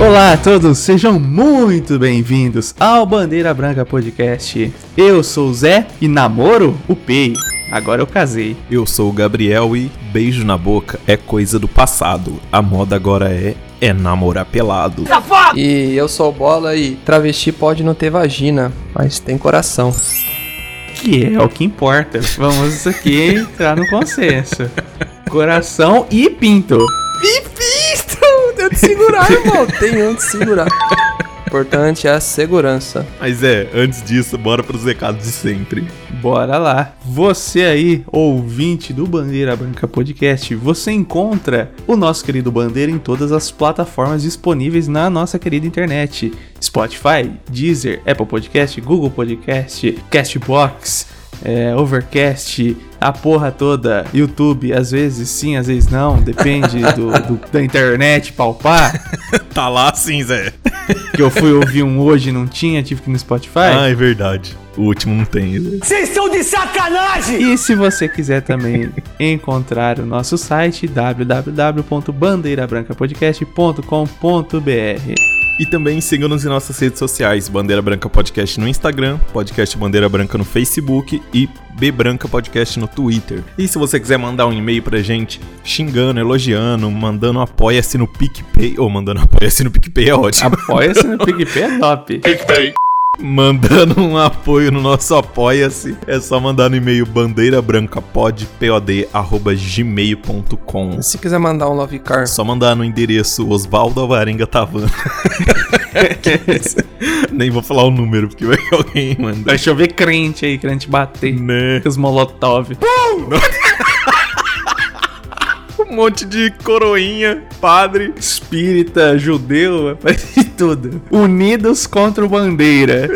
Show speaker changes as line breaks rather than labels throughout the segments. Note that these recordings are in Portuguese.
Olá a todos, sejam muito bem-vindos ao Bandeira Branca Podcast. Eu sou o Zé e namoro o Pei. Agora eu casei.
Eu sou o Gabriel e beijo na boca é coisa do passado. A moda agora é é namorar pelado.
E eu sou o Bola e travesti pode não ter vagina, mas tem coração.
Que é o que importa. Vamos aqui entrar no consenso. Coração e pinto.
Tem de segurar, irmão. Tem onde segurar. O importante é a segurança.
Mas é, antes disso, bora pros recados de sempre.
Bora lá. Você aí, ouvinte do Bandeira Branca Podcast, você encontra o nosso querido Bandeira em todas as plataformas disponíveis na nossa querida internet: Spotify, Deezer, Apple Podcast, Google Podcast, Castbox, é, Overcast, a porra toda, YouTube, às vezes sim, às vezes não, depende do- do- da internet palpar.
Tá lá sim, Zé.
Que eu fui ouvir um hoje e não tinha, tive que ir no Spotify.
Ah, é verdade. O último não tem, Zé.
Vocês estão de sacanagem!
E se você quiser também encontrar o nosso site www.bandeirabrancapodcast.com.br.
E também sigam-nos em nossas redes sociais, Bandeira Branca Podcast no Instagram, Podcast Bandeira Branca no Facebook e B Branca Podcast no Twitter. E se você quiser mandar um e-mail pra gente, xingando, elogiando, mandando um apoia-se no PicPay, ou mandando um apoia-se no PicPay é ótimo.
Apoia-se no PicPay é top.
mandando um apoio no nosso Apoia-se, é só mandar no e-mail bandeirabrancapod.pod@gmail.com.
Se quiser mandar um love car,
é Só mandar no endereço Osvaldo Alvarenga Tavan. Nem vou falar o número, porque vai que alguém manda.
Vai chover crente aí, crente bater.
Né?
Os molotov.
Um monte de coroinha, padre.
Espírita, judeu, faz de tudo. Unidos contra o Bandeira.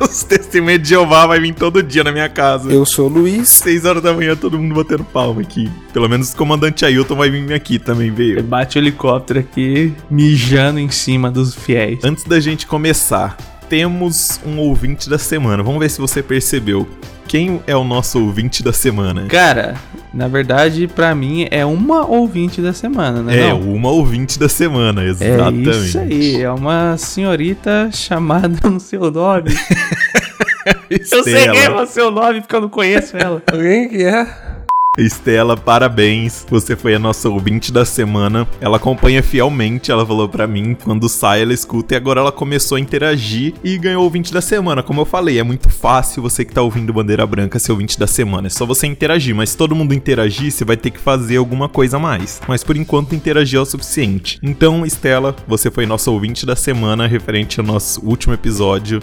Os testemunhos de Jeová vai vir todo dia na minha casa.
eu sou o Luiz.
6 horas da manhã, todo mundo batendo palma aqui. Pelo menos o comandante Ailton vai vir aqui também, veio.
Bate o helicóptero aqui, mijando em cima dos fiéis.
Antes da gente começar, temos um ouvinte da semana. Vamos ver se você percebeu. Quem é o nosso ouvinte da semana?
Cara, na verdade, pra mim é uma ouvinte da semana, né?
É,
não?
uma ouvinte da semana,
É
exatamente.
isso aí, é uma senhorita chamada no seu nome. Eu sei quem é
Estela,
o seu nome porque eu não conheço ela.
Alguém que é?
Estela, parabéns. Você foi a nossa ouvinte da semana. Ela acompanha fielmente, ela falou pra mim. Quando sai, ela escuta e agora ela começou a interagir e ganhou ouvinte da semana. Como eu falei, é muito fácil você que tá ouvindo Bandeira Branca ser ouvinte da semana. É só você interagir, mas se todo mundo interagir, você vai ter que fazer alguma coisa a mais. Mas por enquanto, interagir é o suficiente. Então, Estela, você foi nossa ouvinte da semana referente ao nosso último episódio,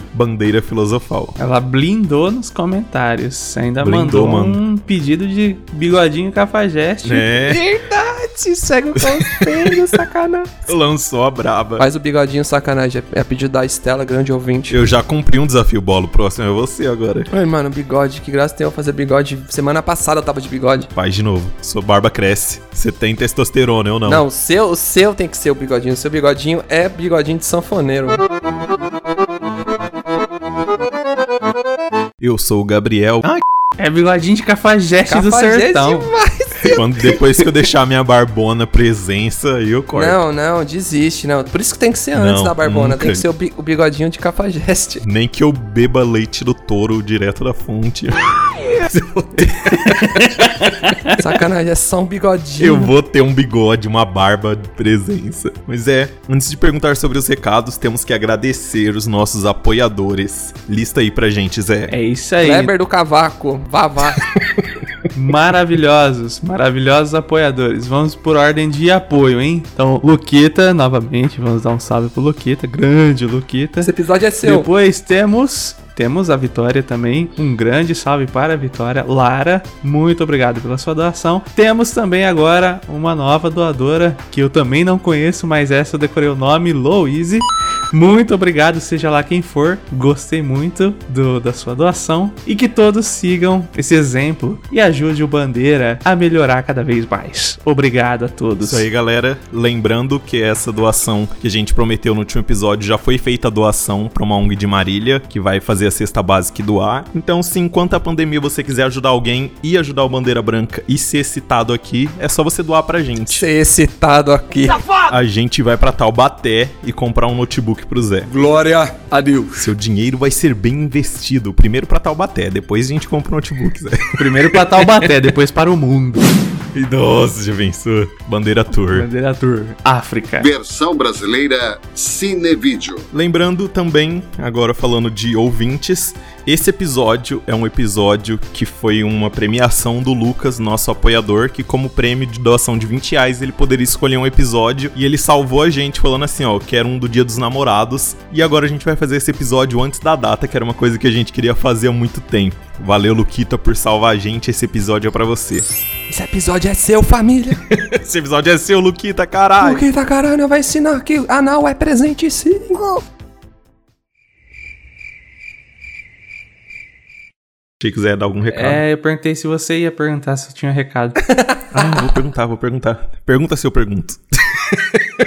Bandeira Filosofal.
Ela blindou nos comentários. Ainda
Blindou,
mandou um pedido de bigodinho cafajeste.
É.
Verdade, segue o conselho, sacanagem.
Lançou a braba.
Faz o bigodinho sacanagem, é pedido da Estela, grande ouvinte.
Eu já cumpri um desafio, Bolo. O próximo é você agora.
Ai, mano, bigode, que graça tem eu fazer bigode. Semana passada eu tava de bigode.
Faz de novo. Sua barba cresce. Você tem testosterona, eu não.
Não, o seu, o seu tem que ser o bigodinho. O seu bigodinho é bigodinho de sanfoneiro.
Eu sou o Gabriel. Ah,
É bigodinho de cafajeste, do
Cafajeste
sertão.
demais.
quando, depois que eu deixar minha barbona presença, aí eu corto.
Não, não, desiste, não. Por isso que tem que ser
Não,
antes da barbona.
nunca.
Tem que ser o, bi- o bigodinho de cafajeste.
Nem que eu beba leite do touro direto da fonte.
Sacanagem, é só um bigodinho.
eu vou ter um bigode, uma barba de presença. Mas é, antes de perguntar sobre os recados, temos que agradecer os nossos apoiadores. Lista aí pra gente, Zé.
É isso aí.
Kleber do Cavaco, Vavá.
Maravilhosos, maravilhosos apoiadores. Vamos por ordem de apoio, hein? Então, Luquita, novamente, vamos dar um salve pro Luquita. Grande Luquita.
Esse episódio é seu.
Depois temos temos a Vitória também. Um grande salve para a Vitória. Lara, muito obrigado pela sua doação. Temos também agora uma nova doadora que eu também não conheço, mas essa eu decorei o nome, Louise. Muito obrigado, seja lá quem for. Gostei muito do- da sua doação. E que todos sigam esse exemplo e ajude o Bandeira a melhorar cada vez mais. Obrigado a todos.
Isso aí, galera. Lembrando que essa doação que a gente prometeu no último episódio já foi feita a doação para uma ONG de Marília, que vai fazer a cesta básica e doar. Então, se enquanto a pandemia você quiser ajudar alguém e ajudar o Bandeira Branca e ser citado aqui, é só você doar pra gente.
Ser excitado aqui.
A gente vai pra Taubaté e comprar um notebook pro Zé.
Glória a Deus.
Seu dinheiro vai ser bem investido. Primeiro pra Taubaté, depois a gente compra um notebook, Zé.
Primeiro pra Taubaté, depois para o mundo.
Nossa, já pensou? Bandeira Tour.
Bandeira Tour. África.
Versão brasileira Cinevídeo.
Lembrando também, agora falando de ouvintes, esse episódio é um episódio que foi uma premiação do Lucas, nosso apoiador, que como prêmio de doação de 20 reais ele poderia escolher um episódio e ele salvou a gente falando assim, ó, eu quero um do Dia dos Namorados e agora a gente vai fazer esse episódio antes da data, que era uma coisa que a gente queria fazer há muito tempo. Valeu, Luquita, por salvar a gente, esse episódio é pra você.
Esse episódio é seu, família.
Esse episódio é seu, Luquita, caralho!
Porque tá caralho vai ensinar que anal é presente sim.
Achei que o Zé ia dar algum recado.
É, eu perguntei se você ia perguntar se eu tinha um recado.
Ah, vou perguntar, vou perguntar. Pergunta se eu pergunto.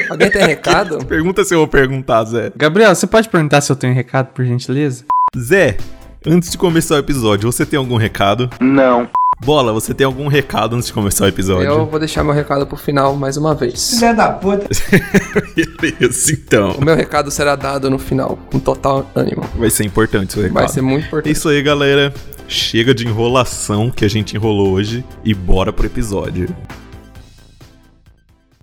Alguém tem recado?
Pergunta se eu vou perguntar, Zé.
Gabriel, você pode perguntar se eu tenho um recado, por gentileza?
Zé, antes de começar o episódio, você tem algum recado? Não. Bola, você tem algum recado antes de começar o episódio?
Eu vou deixar meu recado pro final mais uma vez.
Beleza, então.
O meu recado será dado no final, com total ânimo.
Vai ser importante o recado.
Vai ser muito
É
importante.
isso aí, galera. Chega de enrolação que a gente enrolou hoje e bora pro episódio.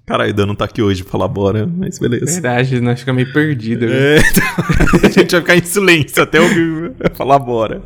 Caralho, Dan não tá aqui hoje pra falar bora, mas beleza.
Verdade, nós ficamos meio perdidos.
É, então, a gente vai ficar em silêncio até ouvir falar bora.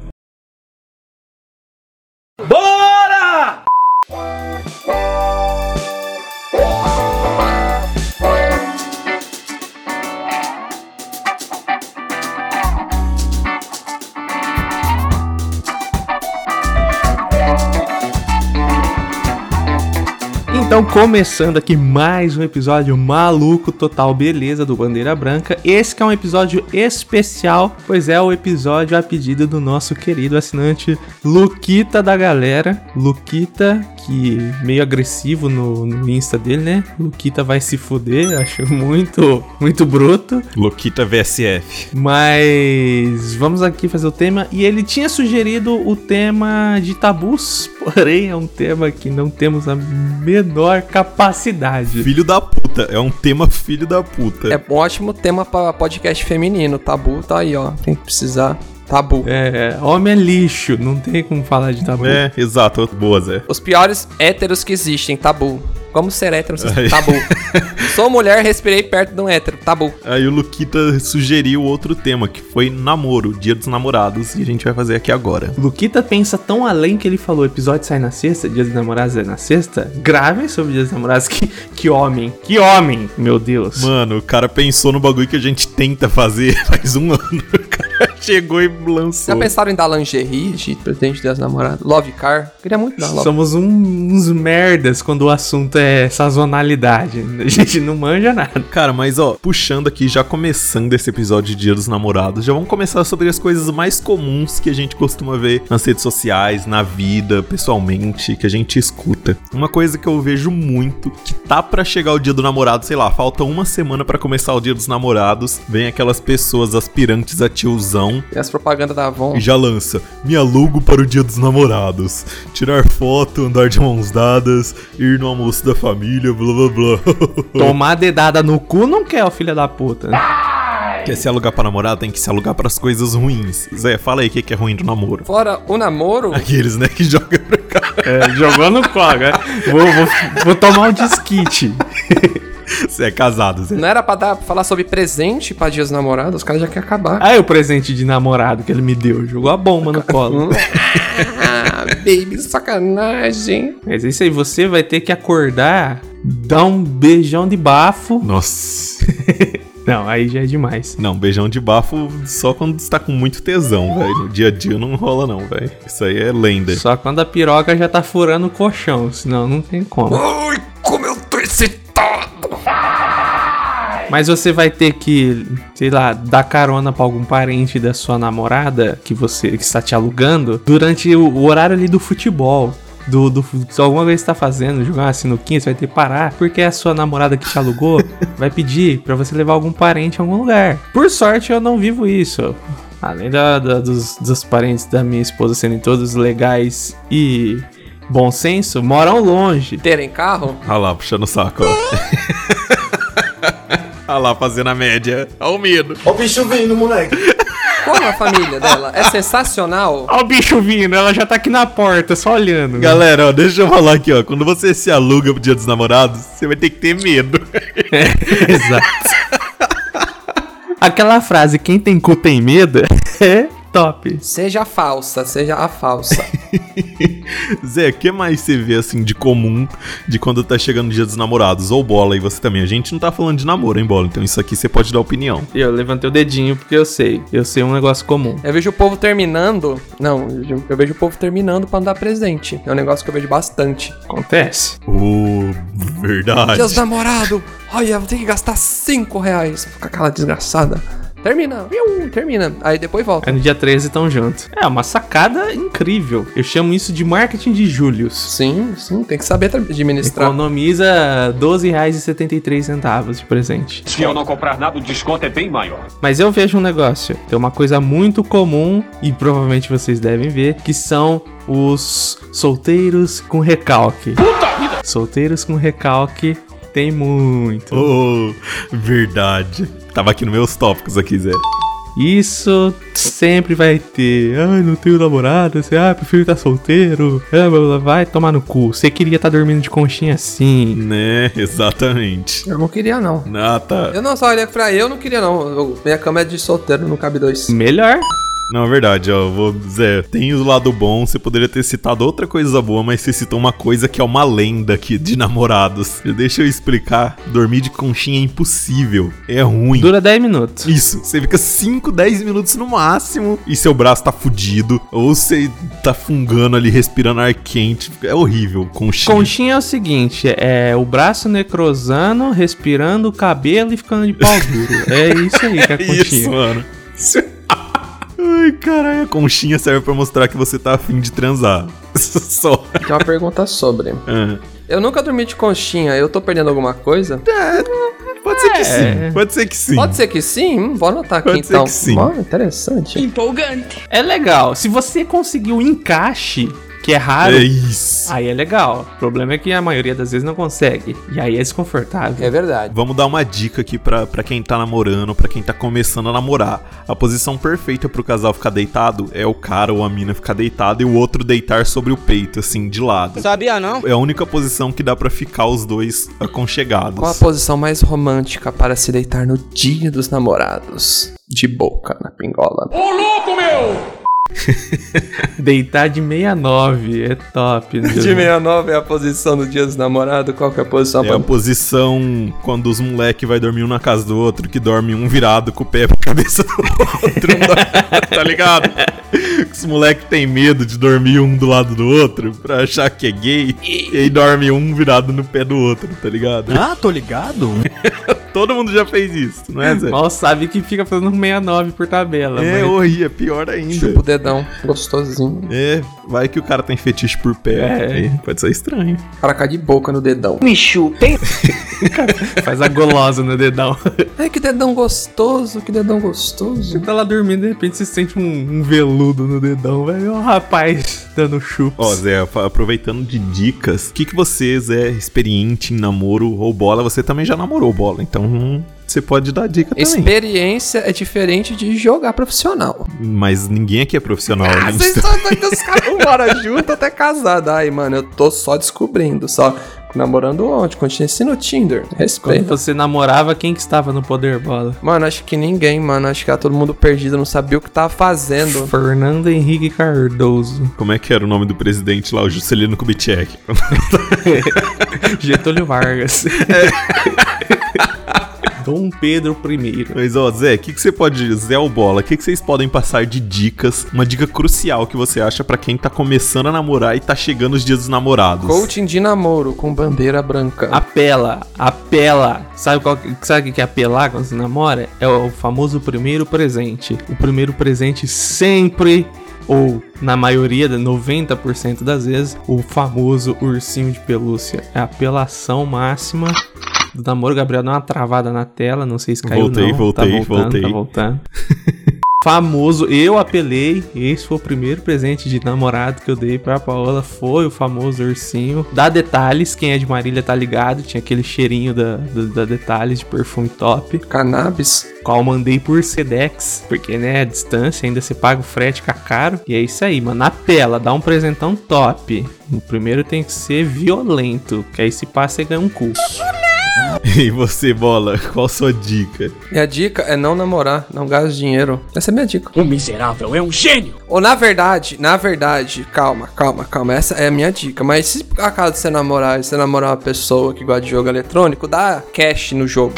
Então, começando aqui mais um episódio maluco, total beleza do Bandeira Branca. Esse que é um episódio especial, pois é o episódio a pedido do nosso querido assinante Luquita da galera. Luquita, que meio agressivo no, no Insta dele, né? Luquita vai se fuder, acho muito, muito bruto.
Loquita VSF.
Mas vamos aqui fazer o tema. E ele tinha sugerido o tema de tabus, porém é um tema que não temos a menor capacidade.
Filho da puta. É um tema filho da puta.
É um ótimo tema pra podcast feminino. Tabu tá aí, ó. Tem que precisar. Tabu.
É, homem é lixo, não tem como falar de tabu.
É, exato. Boa, Zé.
Os piores héteros que existem, tabu. Como ser hétero? sem ser Tabu. Sou mulher, respirei perto de um hétero. Tabu.
Aí o Luquita sugeriu outro tema, que foi namoro, dia dos namorados, e a gente vai fazer aqui agora.
Luquita pensa tão além que ele falou: o episódio sai na sexta, Dia dos Namorados é na sexta. Gravem sobre Dia dos Namorados, que, que homem, que homem, meu Deus.
Mano, o cara pensou no bagulho que a gente tenta fazer faz um ano. O cara chegou e
Já
lançou.
pensaram em dar lingerie de pretende das namoradas? Love car? Queria muito dar love
Somos um- uns merdas quando o assunto é sazonalidade. A gente não manja nada.
Cara, mas ó, puxando aqui, já começando esse episódio de Dia dos Namorados, já vamos começar sobre as coisas mais comuns que a gente costuma ver nas redes sociais, na vida, pessoalmente, que a gente escuta. Uma coisa que eu vejo muito, que tá pra chegar o Dia do Namorado, sei lá, falta uma semana pra começar o Dia dos Namorados, vem aquelas pessoas aspirantes a tiozão
Tem as propagandas da Avon.
e já lança: Me alugo para o dia dos namorados. Tirar foto, andar de mãos dadas, ir no almoço da família, blá blá blá.
Tomar dedada no cu não quer, o filho da puta.
Quer se alugar pra namorar, tem que se alugar pras coisas ruins. Zé, fala aí o que, que é ruim do namoro.
Fora o namoro,
Aqueles, né, que joga pra cá.
É, jogou no cu agora. Vou, vou- vou tomar um desquite.
Você é casado, Zé.
não era pra dar, pra falar sobre presente pra dias namorados, os caras já querem acabar.
Aí o presente de namorado que ele me deu, jogou a bomba no colo.
Ah, baby, sacanagem.
Mas é isso aí, você vai ter que acordar, dar um beijão de bafo.
Nossa.
Não, aí já é demais.
Não, beijão de bafo só quando você tá com muito tesão, velho. No dia a dia não rola, não, velho. Isso aí é lenda.
Só quando a piroca já tá furando o colchão, senão não tem como.
Ai, como eu tô excitado.
Mas você vai ter que, sei lá, dar carona pra algum parente da sua namorada que você que está te alugando durante o, o horário ali do futebol. Do, do, se alguma vez você tá fazendo, jogar uma sinuquinha, você vai ter que parar, porque a sua namorada que te alugou vai pedir pra você levar algum parente a algum lugar. Por sorte, eu não vivo isso. Além da- da- dos, dos parentes da minha esposa serem todos legais e bom senso, moram longe.
Terem carro?
Olha lá, puxando o saco. ó. Olha lá, fazendo a média. Olha o medo.
Ó o bicho vindo, moleque.
Como a família dela é sensacional,
Ó o bicho vindo, ela já tá aqui na porta, só olhando.
Galera, ó, deixa eu falar aqui, ó. Quando você se aluga pro dia dos namorados, você vai ter que ter medo.
Exato. Aquela frase, quem tem cu tem medo, é top.
seja a falsa, seja a falsa.
Zé, o que mais você vê assim de comum de quando tá chegando o dia dos namorados? Ou bola e você também. A gente não tá falando de namoro, hein, bola? Então isso aqui você pode dar opinião.
Eu levantei o dedinho porque eu sei. Eu sei um negócio comum.
Eu vejo o povo terminando. Não, eu vejo- eu vejo o povo terminando pra dar presente. É um negócio que eu vejo bastante.
Acontece.
Ô, verdade.
Deus namorado! Olha, vou ter que gastar 5 reais com aquela desgraçada. Termina, viu? Termina. Aí depois volta.
Aí no dia 13 tão junto. É uma sacada incrível. Eu chamo isso de marketing de Július.
Sim, sim, tem que saber tra- administrar.
Economiza R$ 12,73 de presente.
Se eu não comprar nada, o desconto é bem maior.
Mas eu vejo um negócio, tem uma coisa muito comum e provavelmente vocês devem ver, que são os solteiros com recalque. Puta vida! Solteiros com recalque tem muito.
Ô, verdade. Tava aqui nos meus tópicos aqui, Zé.
Isso sempre vai ter. Ai, não tenho namorada, você, ah, prefiro estar solteiro. Ah, blá, blá, vai tomar no cu. Você queria estar dormindo de conchinha assim.
Né, exatamente.
Eu não queria, não.
Ah, tá.
Eu não, só olhei pra eu não queria, não. Eu- minha cama é de solteiro, não cabe dois.
Melhor.
Não, é verdade, ó. eu Vou dizer, tem o lado bom, você poderia ter citado outra coisa boa, mas você citou uma coisa que é uma lenda aqui de namorados. Deixa eu explicar. Dormir de conchinha é impossível. É ruim.
Dura 10 minutos.
Isso, você fica 5, 10 minutos no máximo e seu braço tá fudido, ou você tá fungando ali, respirando ar quente. É horrível, conchinha.
Conchinha é o seguinte, é o braço necrosando, respirando o cabelo e ficando de pau duro. É isso aí que é
É isso,
conchinha.
mano. Ai, caralho, a conchinha serve pra mostrar que você tá afim de transar. Só.
Tem uma pergunta sobre.
Ah.
Eu nunca dormi de conchinha, eu tô perdendo alguma coisa?
Pode ser que
É.
sim. Pode ser que sim.
Pode ser que sim, hum, vou anotar aqui
Pode ser
então.
que sim.
Ó, interessante.
Empolgante.
É legal. Se você conseguir o encaixe, que é raro,
É isso.
aí é legal. O problema é que a maioria das vezes não consegue. E aí é desconfortável.
É verdade.
Vamos dar uma dica aqui pra, pra quem tá namorando, pra quem tá começando a namorar. A posição perfeita pro casal ficar deitado é o cara ou a mina ficar deitado e o outro deitar sobre o peito, assim, de lado.
Sabia não?
É a única posição que dá pra ficar os dois aconchegados.
Qual a posição mais romântica para se deitar no dia dos namorados? De boca na pingola.
É.
Deitar de 69 é top. né?
De 69 é a posição do dia dos namorados? Qual que é a
Tá
posição?
É a posição quando os moleque vai dormir um na casa do outro, que dorme um virado com o pé pra cabeça do outro, tá- tá ligado? Os moleque tem medo de dormir um do lado do outro pra achar que é gay, e aí dorme um virado no pé do outro, tá ligado?
Ah, tô ligado.
Todo mundo já fez isso, não é, Zé?
Mal sabe que fica fazendo 69 por tabela.
É,
mas-
horrível, é pior ainda.
Chupa o dedão, gostosinho.
É, vai que o cara tem fetiche por pé,
É.
aí pode ser estranho.
O cara cai de boca no dedão.
Me chupem.
Faz a golosa no dedão.
Ai, que dedão gostoso, que dedão gostoso.
Você tá lá dormindo, de repente você sente um, um veludo no dedão, velho. Ó, o rapaz dando chups.
Ó, Zé, fa- aproveitando de dicas, o que, que você, Zé, experiente em namoro ou bola, você também já namorou bola, então hum, você pode dar dica também.
Experiência é diferente de jogar profissional.
Mas ninguém aqui é profissional, né?
Ah, Vocês só que os caras moram junto até casado. Ai, mano, eu tô só descobrindo, só namorando onde? Continua se no Tinder.
Quando
Respeita.
você namorava, quem que estava no poder bola?
Mano, acho que ninguém, mano. Acho que era todo mundo perdido, não sabia o que tava fazendo.
Fernando Henrique Cardoso.
Como é que era o nome do presidente lá, o Juscelino Kubitschek?
Getúlio Vargas. Dom Pedro I.
Mas, ó, Zé, o que, que você pode. Zé ou Bola, o que, que vocês podem passar de dicas? Uma dica crucial que você acha pra quem tá começando a namorar e tá chegando os dias dos namorados.
Coaching de namoro com bandeira branca.
Apela, apela. Sabe qual que- sabe o que é apelar quando se namora? É o famoso primeiro presente. O primeiro presente sempre, ou na maioria, 90% das vezes, o famoso ursinho de pelúcia. É a apelação máxima do namoro. Gabriel deu uma travada na tela, não sei se caiu
Voltei,
não.
voltei,
tá voltando,
voltei.
Tá voltando. famoso, eu apelei, esse foi o primeiro presente de namorado que eu dei pra Paola, foi o famoso ursinho. Dá detalhes, quem é de Marília tá ligado, tinha aquele cheirinho da, da, da detalhes de perfume top,
Cannabis.
qual eu mandei por Sedex, porque né, a distância ainda se paga o frete fica caro. E é isso aí, mano, na tela, dá um presentão top. O primeiro tem que ser violento, que aí se passa você ganha um cu.
E você, Bola, qual a sua dica?
Minha dica é não namorar, não gaste dinheiro. Essa é minha dica.
O miserável é um gênio.
Ou na verdade, na verdade, calma, calma, calma. Essa é a minha dica. Mas se por acaso você namorar, e você namorar uma pessoa que gosta de jogo eletrônico, dá cash no jogo.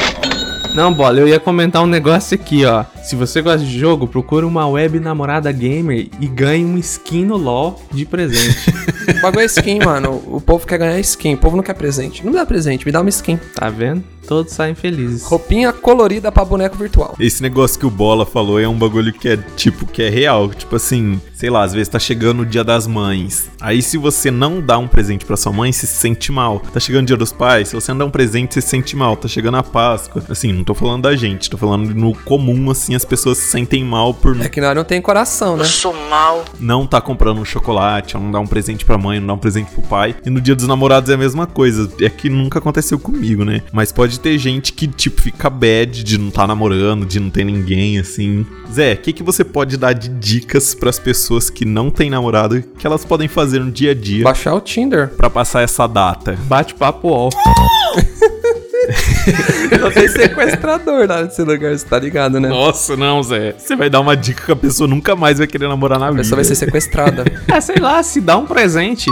Não, bola, eu ia comentar um negócio aqui, ó. Se você gosta de jogo, procura uma web namorada gamer e ganhe um skin no LOL de presente.
O bagulho é skin, mano. O povo quer ganhar skin, o povo não quer presente. Não me dá presente, me dá uma skin.
tá vendo? Todos saem felizes.
Roupinha colorida pra boneco virtual.
Esse negócio que o Bola falou é um bagulho que é tipo que é real, tipo assim, sei lá, às vezes tá chegando o Dia das Mães. Aí se você não dá um presente pra sua mãe, você se sente mal. Tá chegando o Dia dos Pais, se você não dá um presente, você se sente mal. Tá chegando a Páscoa. Assim, não tô falando da gente, tô falando no comum assim, as pessoas se sentem mal por
É que nós não tem coração, né?
não tá comprando um chocolate, ou não dá um presente pra mãe, não dá um presente pro pai. E no dia dos namorados é a mesma coisa. É que nunca aconteceu comigo, né? Mas pode ter gente que, tipo, fica bad de não tá namorando, de não ter ninguém, assim. Zé, o que, que você pode dar de dicas pras pessoas que não têm namorado que elas podem fazer no dia a dia
Baixar o Tinder.
pra passar essa data?
Bate papo ó.
Não tem sequestrador lá nesse lugar, você tá ligado, né?
Nossa, não, Zé. Você vai dar uma dica que a pessoa nunca mais vai querer namorar na
A
vida.
pessoa vai ser sequestrada.
Ah, sei lá, se dá um presente.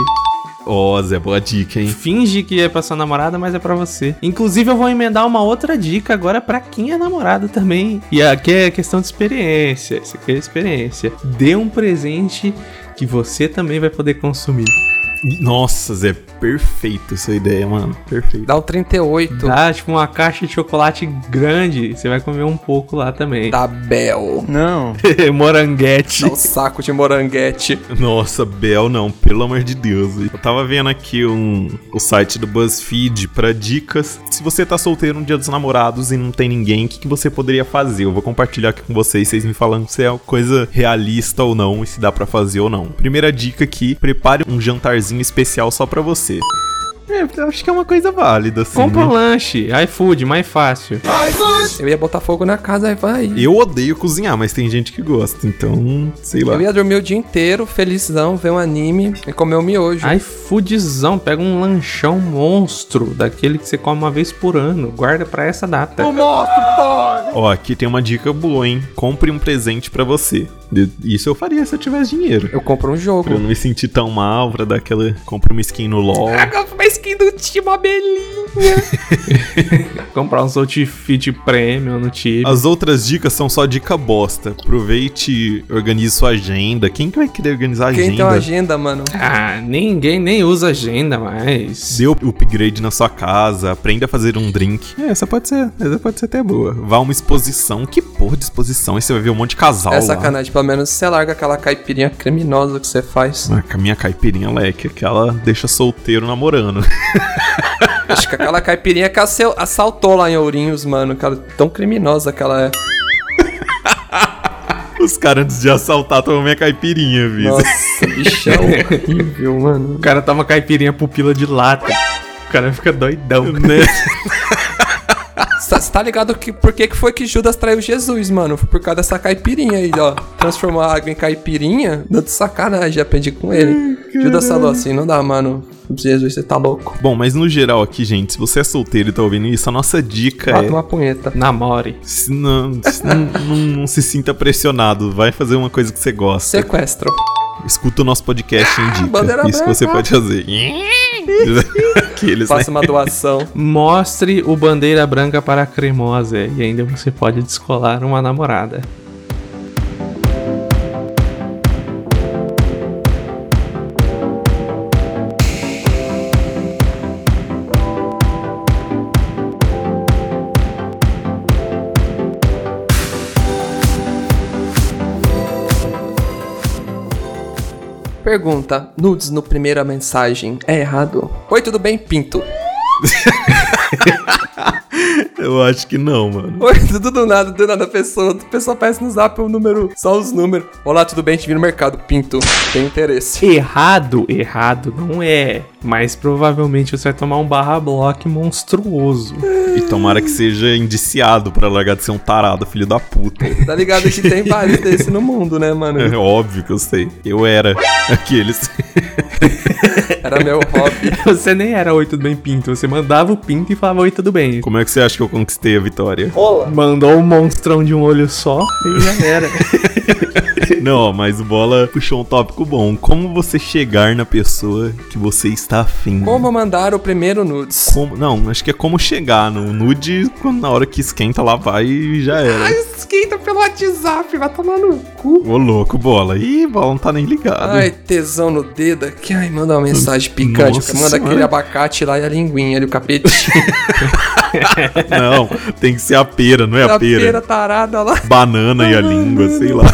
Ó, Zé, boa dica, hein?
Finge que é pra sua namorada, mas é pra você. Inclusive, eu vou emendar uma outra dica agora pra quem é namorado também. E aqui é questão de experiência. Isso aqui é experiência. Dê um presente que você também vai poder consumir.
Nossa, Zé, perfeito essa ideia, mano. Perfeito.
Dá um o 38
Dá tipo uma caixa de chocolate grande, você vai comer um pouco lá também.
da Bel.
Não.
Moranguete.
Dá um saco de moranguete.
Nossa, Bel não, pelo amor de Deus. Eu tava vendo aqui um, o site do BuzzFeed pra dicas. Se você tá solteiro no dia dos namorados e não tem ninguém, o que, que você poderia fazer? Eu vou compartilhar aqui com vocês, vocês me falando se é uma coisa realista ou não e se dá pra fazer ou não. Primeira dica aqui, prepare um jantarzinho especial só pra você. É, eu acho que é uma coisa válida, assim.
Compra um
né?
lanche, iFood, mais fácil.
Eu ia botar fogo na casa, aí vai.
Eu odeio cozinhar, mas tem gente que gosta, então, sei lá.
Eu ia dormir o dia inteiro, felizão, ver um anime e comer um miojo.
iFoodzão, pega um lanchão monstro, daquele que você come uma vez por ano, guarda pra essa data.
Ó, aqui tem uma dica boa, hein? Compre um presente pra você. De- Isso eu faria se eu tivesse dinheiro.
Eu compro um
Pra eu
jogo.
não me sentir tão mal, pra dar aquela. Compre uma skin no LOL.
uma skin do time abelhinho.
Comprar um Soulfit Premium no Tib.
As outras dicas são só dica bosta. Aproveite, organize sua agenda. Quem que vai querer organizar a
Quem tem
agenda?
uma agenda, mano?
Ah, ninguém nem usa agenda mais.
Dê o upgrade na sua casa, aprenda a fazer um drink. É, essa pode ser, essa pode ser até boa. Vá a uma exposição. Que porra de exposição? Aí você vai ver um monte de casal
É
lá.
sacanagem, pelo menos você larga aquela caipirinha criminosa que você faz.
Ah, com a minha caipirinha leque, aquela deixa solteiro namorando.
Acho que aquela caipirinha que asse- assaltou lá em Ourinhos, mano. Cara, tão criminosa que ela é.
Os caras antes de assaltar tomam minha caipirinha, viu?
Nossa, bichão horrível, mano.
O cara toma caipirinha pupila de lata. O cara fica doidão.
Você tá ligado que, por que, que foi que Judas traiu Jesus, mano? Foi por causa dessa caipirinha aí, ó. Transformou a água em caipirinha? Deu de sacanagem, aprendi com ele. Judas falou assim, não dá, mano. Jesus, você tá louco.
Bom, mas no geral aqui, gente, se você é solteiro e tá ouvindo isso, a nossa dica
Bata
é.
uma punheta.
Namore.
se não, se não, não- não se sinta pressionado, vai fazer uma coisa que você gosta.
Sequestro.
Escuta o nosso podcast e indica.
Ah, bandeira
Isso que você
branca.
pode fazer. Aqueles, né?
Faça uma doação.
Mostre o bandeira branca para a cremosa e ainda você pode descolar uma namorada.
Pergunta: nudes no primeira mensagem é errado? Oi, tudo bem, Pinto?
Eu acho que não, mano.
Oi, tudo do nada, do nada, a pessoa. A pessoa aparece no zap o número, só os números. Olá, tudo bem? Te vi no mercado, Pinto. Tem interesse.
Errado, errado não é, mas provavelmente você vai tomar um barra block monstruoso.
E tomara que seja indiciado pra largar de ser um tarado, filho da puta.
Tá ligado que tem vários desse no mundo, né, mano?
É óbvio que eu sei. Eu era aqueles.
Era meu hobby.
Você nem era oi tudo bem pinto, você mandava o pinto e falava oi tudo bem.
Como é que você acha que eu conquistei a vitória?
Mandou um monstrão de um olho só e já era.
Não, mas o Bola puxou um tópico bom. Como você chegar na pessoa que você está afim?
Como mandar o primeiro nudes?
Como- Não, acho que é como chegar no nude quando na hora que esquenta lá vai e já era.
Esquenta pelo WhatsApp, vai tomar no cu.
Ô louco, Bola. Ih, Bola não tá nem ligado.
Ai, tesão no dedo aqui. Ai, manda uma mensagem picante.
Nossa
manda aquele
senhora.
abacate lá e a linguinha ali, o capetinho.
Não, tem que ser a pera, não é a
a
pera.
pera tarada lá.
Banana e a língua, sei lá.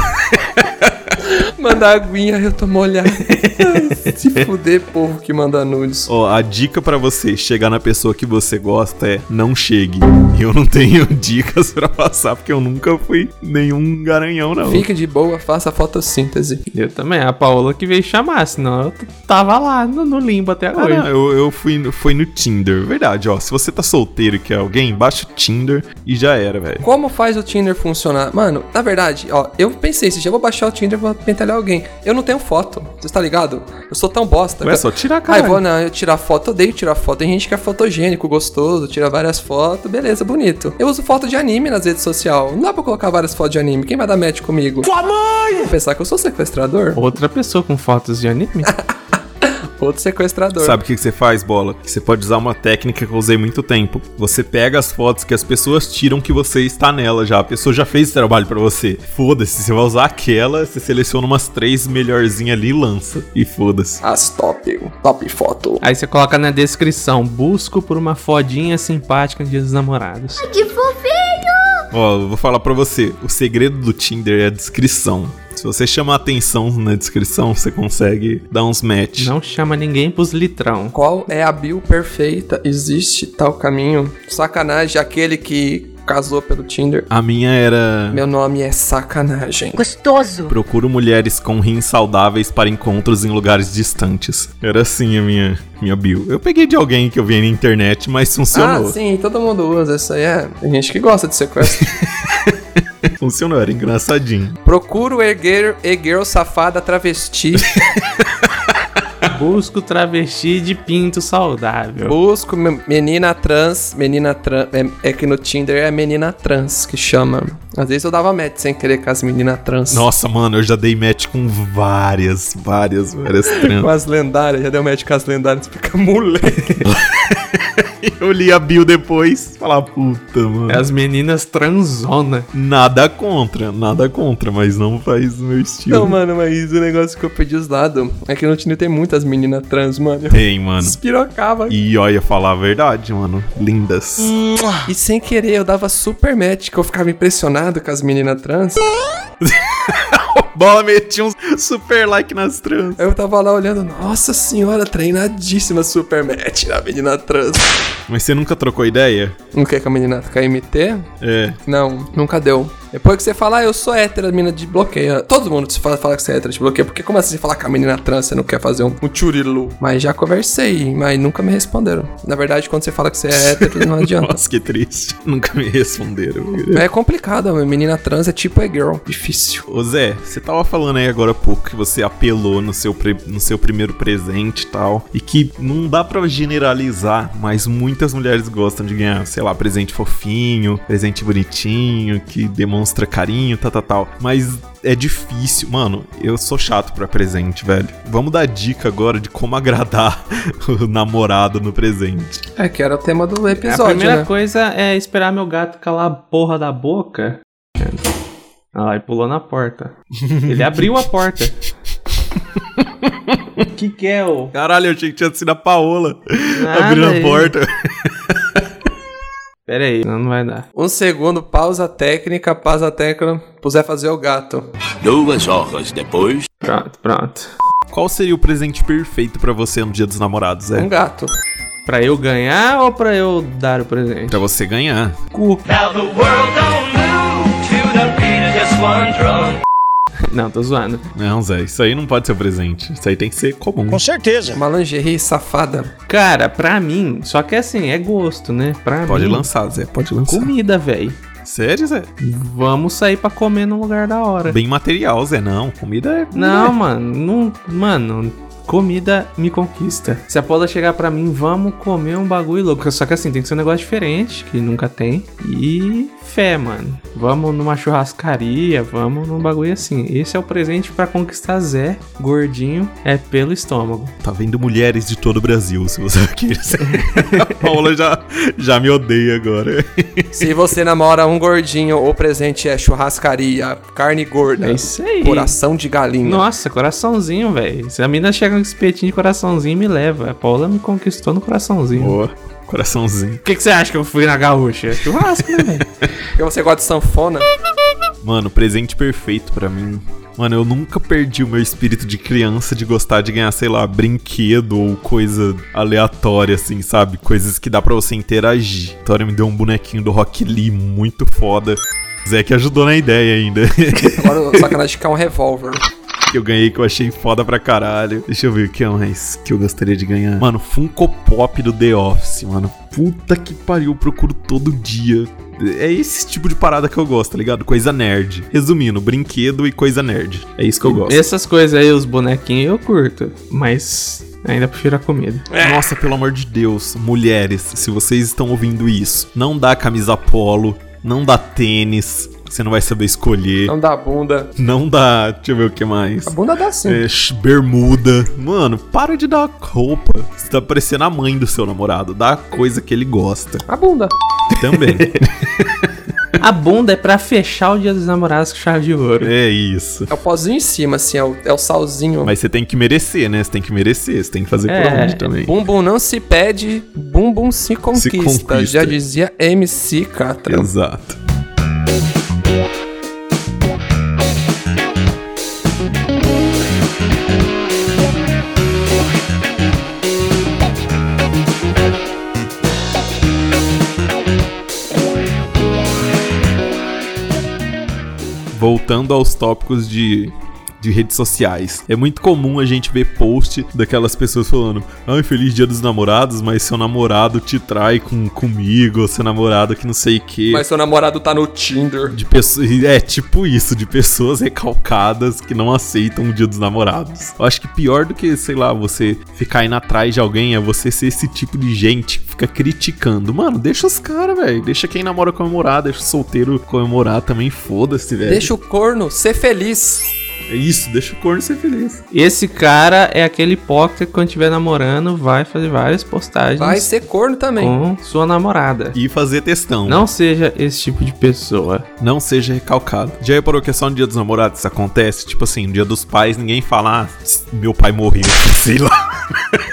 Manda a aguinha, eu tô molhado. Ai, Se fuder, povo que manda nudes.
Ó, a dica pra você chegar na pessoa que você gosta é não chegue. E eu não tenho dicas pra passar, porque eu nunca fui nenhum garanhão, não.
Fique de boa, faça fotossíntese.
Eu também, a Paola que veio chamar, senão eu t- tava lá no, no limbo até
Ah,
agora.
não, eu, eu fui no- foi no Tinder, verdade, ó. Se você tá solteiro e quer alguém, baixa o Tinder e já era, velho.
Como faz o Tinder funcionar? Mano, na verdade, ó, eu pensei, se já vou baixar o Tinder pra pentelhar alguém. Eu não tenho foto, você tá ligado? Eu sou tão bosta.
Ué, só tirar,
Ai,
caralho.
vou não, eu tirar foto, eu odeio tirar foto. Tem gente que é fotogênico, gostoso, tira várias fotos, beleza, bonito. Eu uso foto de anime nas redes sociais. Não dá pra colocar várias fotos de anime. Quem vai dar match comigo? Sua mãe! Vou pensar que eu sou sequestrador?
Outra pessoa com fotos de anime?
Outro sequestrador.
Sabe o que que você faz, bola? Você pode usar uma técnica que eu usei muito tempo. Você pega as fotos que as pessoas tiram que você está nela já. A pessoa já fez esse trabalho pra você. Foda-se, você vai usar aquela, você seleciona umas três melhorzinhas ali e lança. E foda-se.
As top, top foto.
Aí você coloca na descrição: busco por uma fodinha simpática no dia dos namorados.
Ó, eu vou falar pra você. O segredo do Tinder é a descrição. Se você chamar atenção na descrição, você consegue dar uns match.
Não chama ninguém pros litrão.
Qual é a bio perfeita? Existe tal caminho? Sacanagem, aquele que casou pelo Tinder.
A minha era...
Meu nome é Sacanagem.
Gostoso.
Procuro mulheres com rins saudáveis para encontros em lugares distantes. Era assim a minha, minha bio. Eu peguei de alguém que eu vi na internet, mas
Ah,
funcionou.
sim, todo mundo usa isso aí. É, tem gente que gosta de sequestro.
funcionou, era engraçadinho.
Procuro erguer, erguer safada travesti.
Busco travesti de pinto saudável.
Busco me- menina trans, menina trans. É, é que no Tinder é menina trans que chama. Às vezes eu dava match sem querer com as meninas trans.
Nossa, mano, eu já dei match com várias, várias, várias
Com
trans.
as lendárias, já deu match com as lendárias, fica moleque.
eu li a bio depois. Falar, puta, mano.
As meninas transona.
É, Nada contra, nada contra, mas não faz o meu estilo.
Não, mano, mas o negócio que eu perdi os lados é que no Tinder tem muitas meninas trans, mano. Eu
Tem, mano.
despirocava. E...
E olha, falar a verdade, mano. Lindas.
sem querer, eu dava super match, que eu ficava impressionado com as meninas trans.
Bola metia um super like nas trans.
Eu tava lá olhando, nossa senhora, treinadíssima super match na menina trans.
Mas você nunca trocou ideia?
Não quer que a menina KMT?
É.
Não, nunca deu. Depois que você fala, ah, eu sou hétero, a menina te bloqueia. Todo mundo te fala, fala que você é hétero, te bloqueia. Porque como assim você falar com a menina trans, você não quer fazer um, um churilu? Mas já conversei, mas nunca me responderam. Na verdade, quando você fala que você é hétero, não adianta.
Nossa, que triste. Nunca me responderam.
É complicado, a menina trans é tipo a girl. Difícil.
Ô Zé, você tava falando aí agora há pouco que você apelou no seu, pre- no seu primeiro presente e tal. E que não dá pra generalizar, mas muitas mulheres gostam de ganhar, sei lá, presente fofinho, presente bonitinho, que demonstra carinho, tal, tal, tal. Mas é difícil. Mano, eu sou chato pra presente, velho. Vamos dar dica agora de como agradar o namorado no presente.
É que era o tema do
a
episódio,
primeira
né?
coisa é esperar meu gato calar a porra da boca. Ah, lá, e pulou na porta. Ele abriu a porta. que que é o?
Caralho, eu achei que tinha sido a Paola
Nada,
abrindo a
ele-
porta.
Pera aí, não, não vai dar.
Um segundo, pausa técnica, pausa técnica. Puser fazer o gato.
Duas horas depois.
Pronto, pronto.
Qual seria o presente perfeito pra você no Dia dos Namorados,
Um
é?
gato.
Pra eu ganhar ou pra eu dar o presente?
Pra você ganhar.
Cu.
Now the world don't move to the beat of just one drum.
Não, tô zoando.
Não, Zé, isso aí não pode ser o presente. Isso aí tem que ser comum.
Uma lingerie safada.
Cara, pra mim, só que assim, é gosto, né? Pra
Pode
mim,
lançar, Zé, pode lançar.
comida, velho.
Sério, Zé?
Vamos sair pra comer num lugar da hora.
Bem material, Zé, não. Comida é.
É. Não, mano, não, mano, comida me conquista. Se a Paula chegar pra mim, vamos comer um bagulho louco. Só que assim, tem que ser um negócio diferente, que nunca tem. E fé, mano. Vamos numa churrascaria, vamos num bagulho assim. Esse é o presente pra conquistar Zé, gordinho, é pelo estômago.
Tá vendo mulheres de todo o Brasil, se você quer. a Paula já, já me odeia agora.
Se você namora um gordinho, o presente é churrascaria, carne gorda,
É isso aí.
coração de galinha.
Nossa, coraçãozinho, velho. Se a mina chega com espetinho de coraçãozinho, me leva. A Paula me conquistou no coraçãozinho.
Boa. Coraçãozinho.
O que, que você acha que eu fui na gaúcha? Churrasco, né, velho?
Porque você gosta de sanfona?
Mano, presente perfeito pra mim. Mano, eu nunca perdi o meu espírito de criança de gostar de ganhar, sei lá, brinquedo ou coisa aleatória, assim, sabe? Coisas que dá pra você interagir. A Tória me deu um bonequinho do Rock Lee muito foda. Zé que ajudou na ideia ainda.
Agora o sacanagem que é um revólver.
que eu ganhei que eu achei foda pra caralho. Deixa eu ver o que é mais que eu gostaria de ganhar. Mano, Funko Pop do The Office, mano. Puta que pariu, eu procuro todo dia. É esse tipo de parada que eu gosto, tá ligado? Coisa nerd. Resumindo, brinquedo e coisa nerd. É isso que eu gosto.
Essas coisas aí, os bonequinhos, eu curto. Mas ainda prefiro a comida.
Nossa, pelo amor de Deus, mulheres, se vocês estão ouvindo isso, não dá camisa polo, não dá tênis, você não vai saber escolher,
Não dá bunda.
não dá, deixa eu ver o que mais.
A bunda dá sim.
É, sh- bermuda. Mano, para de dar roupa. Você tá parecendo a mãe do seu namorado. Dá a coisa que ele gosta.
A bunda.
Também.
A bunda é pra fechar o dia dos namorados com chave de ouro.
é isso.
É o pozinho em cima, assim, é o, é o salzinho.
Mas você tem que merecer, né? Você tem que merecer. Você tem que fazer por
É,
onde também.
Bumbum não se pede, bumbum se conquista.
conquista.
Já dizia MC Catra.
Exato. Voltando aos tópicos de, de redes sociais. É muito comum a gente ver post daquelas pessoas falando: Ai, feliz dia dos namorados, mas seu namorado te trai com, comigo, ou seu namorado que não sei o que.
Mas seu namorado tá no Tinder.
De pessoas, é tipo isso, de pessoas recalcadas que não aceitam o dia dos namorados. Eu acho que pior do que, sei lá, você ficar indo atrás de alguém é você ser esse tipo de gente que fica criticando. Mano, deixa os caras, velho. Deixa quem namora comemorar, deixa o solteiro comemorar também, foda-se, velho.
Deixa o corno ser feliz.
É isso, deixa o corno ser feliz.
Esse cara é aquele hipócrita que quando estiver namorando vai fazer várias postagens
Vai ser corno também.
com sua namorada.
E fazer testão.
Não seja esse tipo de pessoa.
Não seja recalcado. Já reparou que é só no dia dos namorados isso acontece? Tipo assim, no dia dos pais, ninguém fala, ah, meu pai morreu, sei lá.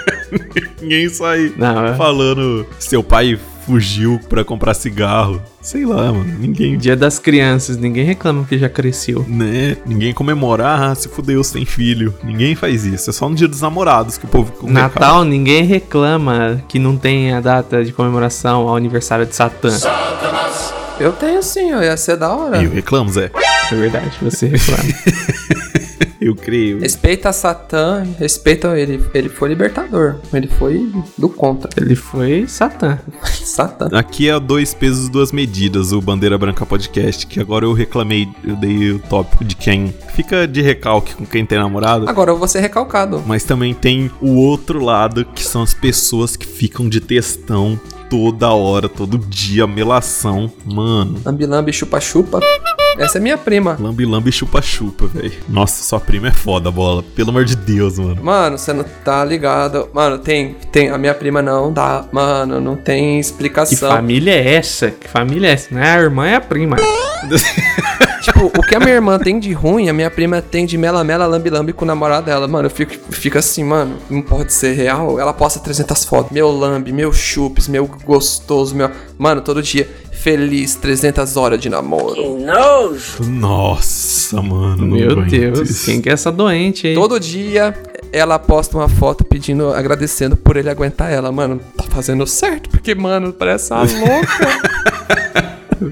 ninguém sai
Não, é-
falando, seu pai fugiu pra comprar cigarro. Sei lá, mano. Ninguém.
dia das crianças, ninguém reclama que já cresceu.
Né? Ninguém comemora, ah, se fudeu, você tem filho. Ninguém faz isso. É só no dia dos namorados que o povo fica com recalque.
Natal, ninguém reclama que não tem a data de comemoração ao aniversário de Satã.
Eu tenho sim, ó, ia ser da
né?
hora.
Eu reclamo, Zé.
É verdade, você reclama.
Eu creio.
Respeita Satã, respeita ele. Ele foi libertador. Ele foi do contra.
Ele foi Satã.
Satã.
Aqui é dois pesos, duas medidas, o Bandeira Branca Podcast, que agora eu reclamei, eu dei o tópico de quem fica de recalque com quem tem namorado.
Agora eu vou ser recalcado.
Mas também tem o outro lado, que são as pessoas que ficam de textão toda hora, todo dia, melação. Mano,
Lambi lambi, chupa chupa. Essa é minha prima.
Lambi lambi chupa chupa, velho. Nossa, sua prima é foda, bola. Pelo amor de Deus, mano.
Mano, você não tá ligado. Mano, tem, tem. A minha prima não tá. Mano, não tem
Que
explicação.
família é essa? Que família é essa? Não é a irmã, é a prima.
Tipo, o que a minha irmã tem de ruim, a minha prima tem de mela-mela, lambi-lambi com o namorado dela. Mano, eu fico, fico assim, mano, não pode ser real. Ela posta 300 fotos. Meu lambi, meu chupes, meu gostoso, meu... Mano, todo dia, feliz, 300 horas de namoro.
Nossa, mano. não
Meu
aguento
Deus,
isso.
quem que é essa doente aí?
Todo dia, ela posta uma foto pedindo, agradecendo por ele aguentar ela. Mano, tá fazendo certo, porque, mano, parece uma louca.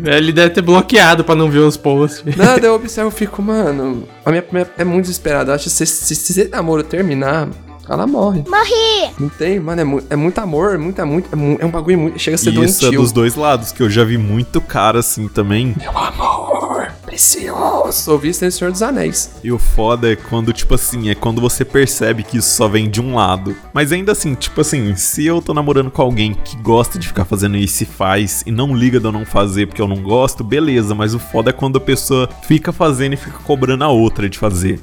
Ele deve ter bloqueado pra não ver os posts.
Nada, eu observo e fico, mano. A minha prima é muito desesperada. Eu acho que se, se, se esse namoro terminar, ela morre. Morri! Não tem, mano, é, mu- é muito amor, é muito, é muito, é, mu- é um bagulho muito. Chega a ser
E Isso é
doentio.
dos dois lados, que eu já vi muito cara assim também.
Meu amor, precioso. Ouvi isso em Senhor dos Anéis.
E o foda é quando, tipo assim, é quando você percebe que isso só vem de um lado. Mas ainda assim, tipo assim, se eu tô namorando com alguém que gosta de ficar fazendo isso e faz, e não liga de eu não fazer porque eu não gosto, beleza, mas o foda é quando a pessoa fica fazendo e fica cobrando a outra de fazer.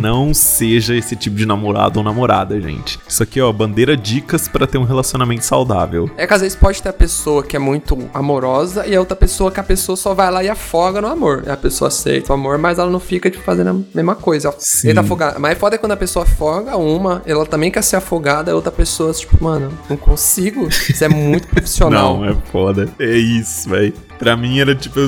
Não seja esse tipo de namorado ou namorada, gente. Isso aqui, ó, bandeira dicas pra ter um relacionamento saudável.
É que às vezes pode ter a pessoa que é muito amorosa e a outra pessoa que a pessoa só vai lá e afoga no amor. E a pessoa aceita o amor, mas ela não fica tipo, fazendo a mesma coisa.
Sim.
Tenta afogar. Mas é foda quando a pessoa afoga uma, ela também quer ser afogada, a outra pessoa, tipo, mano, não consigo. Isso é muito profissional.
Não, é foda. É isso, velho. Pra mim era tipo,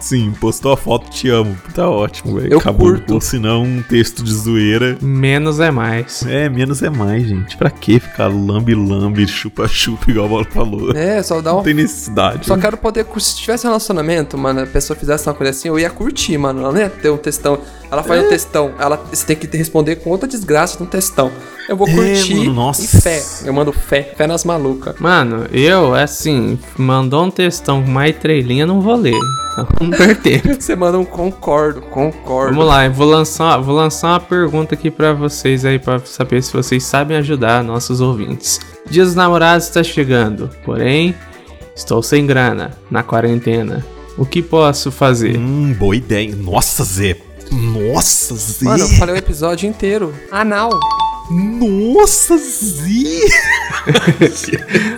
sim, postou a foto, te amo. Tá ótimo, velho.
Eu
Acabou.
curto.
Ou se não, um texto de zoeira.
Menos é mais.
É, menos é mais, gente. Pra que ficar lambe-lambe, chupa-chupa, igual a bola falou?
É, só dá
Não
um.
tem necessidade.
Só quero poder. cur- Se tivesse um relacionamento, mano, a pessoa fizesse uma coisa assim, eu ia curtir, mano. Ela não ia ter um textão. Ela faz um
É.
textão. Ela você tem que te responder com outra desgraça de um textão. Eu vou
É,
curtir
mano, nossa.
e fé. Eu mando fé. Fé nas malucas.
Mano, eu, assim, mandou um textão com mais três linhas, não vou ler. Então, não perder.
Você manda um concordo, concordo.
Vamos lá, eu vou lançar, vou lançar uma pergunta aqui pra vocês aí pra saber se vocês sabem ajudar nossos ouvintes. Dia dos Namorados está chegando, porém estou sem grana na quarentena. O que posso fazer?
Hum, boa ideia. Nossa, Zé. Nossa, Zé.
Mano, eu falei o episódio inteiro. Anal.
Nossa, Zé.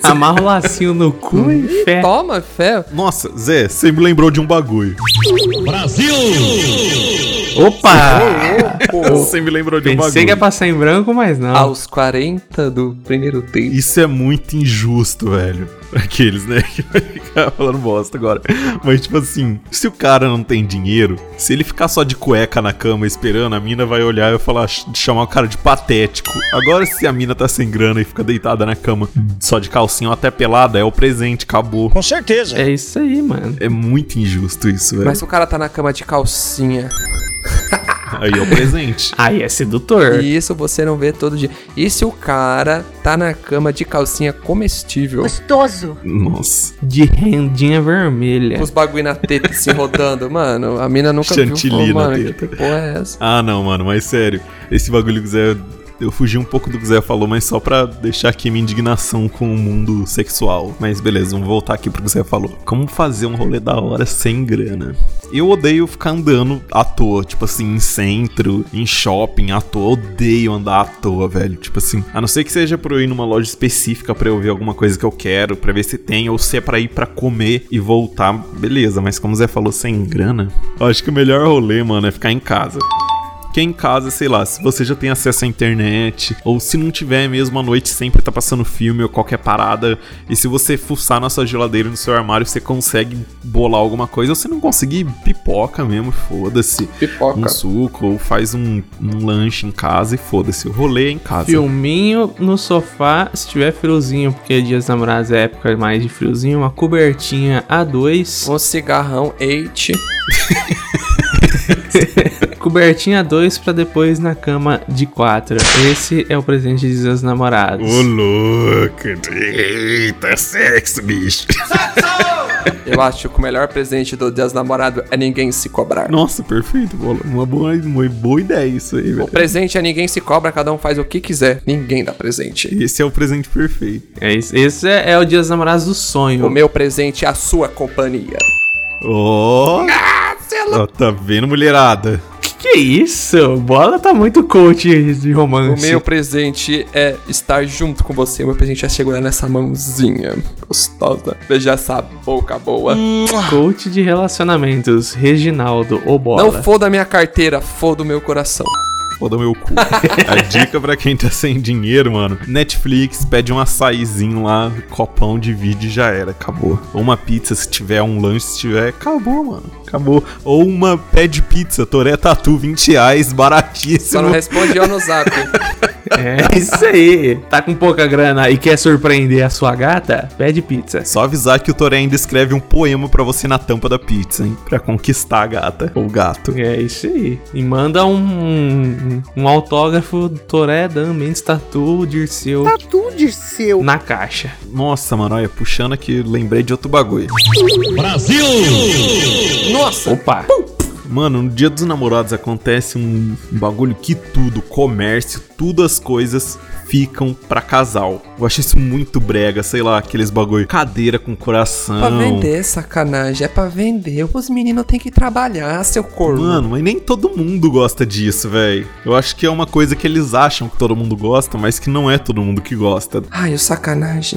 Amarra o lacinho no cu
Hum,
e fé.
Toma, fé.
Nossa, Zé, você me lembrou de um bagulho.
Opa!
Você me lembrou de um bagulho.
Pensei que ia passar em branco, mas não.
Aos 40 do primeiro tempo.
Isso é muito injusto, velho. Aqueles, né? Que vai ficar falando bosta agora. Mas, tipo assim, se o cara não tem dinheiro, se ele ficar só de cueca na cama esperando, a mina vai olhar e falar, ch- chamar o cara de patético. Agora, se a mina tá sem grana e fica deitada na cama só de calcinha ou até pelada, é o presente, acabou.
É isso aí, mano.
É muito injusto isso, velho.
Mas se o cara tá na cama de calcinha.
Aí é o presente.
Aí é sedutor.
E isso você não vê todo dia. E se o cara tá na cama de calcinha comestível?
Gostoso.
Nossa.
De rendinha vermelha.
É.
Com os bagulho na teta assim rodando, mano. A mina nunca viu.
Chantilly na
Ô, mano,
teta.
Que porra é essa?
Ah, não, mano, mas sério. Esse bagulho que o Zé. Eu fugi um pouco do que o Zé falou, mas só pra deixar aqui minha indignação com o mundo sexual. Mas beleza, vamos voltar aqui pro que o Zé falou. Como fazer um rolê da hora sem grana? Eu odeio ficar andando à toa, tipo assim, em centro, em shopping, à toa. Eu odeio andar à toa, velho. Tipo assim, a não ser que seja pra eu ir numa loja específica pra eu ver alguma coisa que eu quero, pra ver se tem, ou se é pra ir pra comer e voltar, beleza. Mas como o Zé falou, sem grana, eu acho que o melhor rolê, mano, é ficar em casa. Porque em casa, sei lá, se você já tem acesso à internet, ou se não tiver mesmo à noite, sempre tá passando filme ou qualquer parada, e se você fuçar na sua geladeira, no seu armário, você consegue bolar alguma coisa, ou se não conseguir, pipoca mesmo, foda-se.
Pipoca.
Um suco, ou faz um, um lanche em casa e foda-se. O rolê é em casa.
Filminho no sofá, se tiver friozinho, porque dias dos namorados é época mais de friozinho, uma cobertinha A2.
Um cigarrão, eite.
Cobertinha A2 pra depois na cama de 4. Esse é o presente de dias dos namorados.
Ô, louco! Eita, é sexo, bicho!
Eu acho que o melhor presente do Dia dos Namorados é ninguém se cobrar.
Nossa, perfeito, bola. Uma boa, uma boa ideia isso aí,
O
velho.
presente é ninguém se cobra, cada um faz o que quiser. Ninguém dá presente.
Esse é o presente perfeito.
É isso- esse é, é o dias dos namorados do
O
sonho.
meu presente é a sua companhia.
Oh!
Seu ela.
Ó, tá vendo, mulherada?
Que que é isso? Bola tá muito coach de
O
romance.
meu presente é estar junto com você. O meu presente é segurar nessa mãozinha gostosa. Beijar essa boca boa.
Hum.
Coach de relacionamentos, Reginaldo, ô bola.
Não foda a minha carteira, foda o meu coração.
Foda meu cu. A dica pra quem tá sem dinheiro, mano. Netflix, pede um açaizinho lá, copão de vídeo e já era, acabou. Ou uma pizza, se tiver um lanche, se tiver, acabou, mano. Acabou. Ou uma pede pizza, Toré Tatu, 20 reais,
Só não
baratíssimo.
responde eu no zap.
É isso aí. Tá com pouca grana e quer surpreender a sua gata? Pede pizza.
Só avisar que o Toré ainda escreve um poema pra você na tampa da pizza, hein? Pra conquistar a gata. Ou o gato.
É isso aí.
E manda um, um, um autógrafo do Toré Dan Mendes Tatu Dirceu
Tatu de seu.
na caixa.
Nossa, mano, olha, puxando aqui, lembrei de outro bagulho.
Nossa,
Opa!
Mano, no dia dos namorados acontece um bagulho que tudo, comércio, tudo as coisas ficam pra casal. Eu achei isso muito brega, sei lá, aqueles bagulho, cadeira com coração.
pra vender, sacanagem. É pra vender. Os meninos têm que trabalhar, seu corno.
Mano, mas nem todo mundo gosta disso, velho. Eu acho que é uma coisa que eles acham que todo mundo gosta, mas que não é todo mundo que gosta.
Ai, o sacanagem.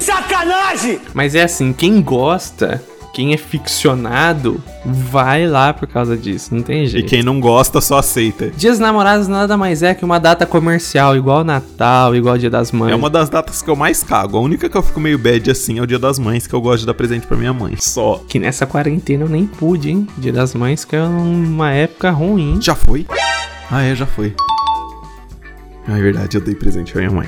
Mas é assim, quem gosta, quem é ficcionado, vai lá por causa disso. Não tem
E
jeito.
quem não gosta só aceita. É
Dias namorados nada mais é que uma data comercial, igual Natal, igual Dia das Mães.
É uma das datas que eu mais cago. A única que eu fico meio bad assim é o dia das mães, que eu gosto de dar presente pra minha mãe. Só.
Que nessa quarentena eu nem pude, hein? Dia das Mães que é uma época ruim.
Já foi? Ah, é, já foi. Ah, é verdade, eu dei presente pra minha mãe.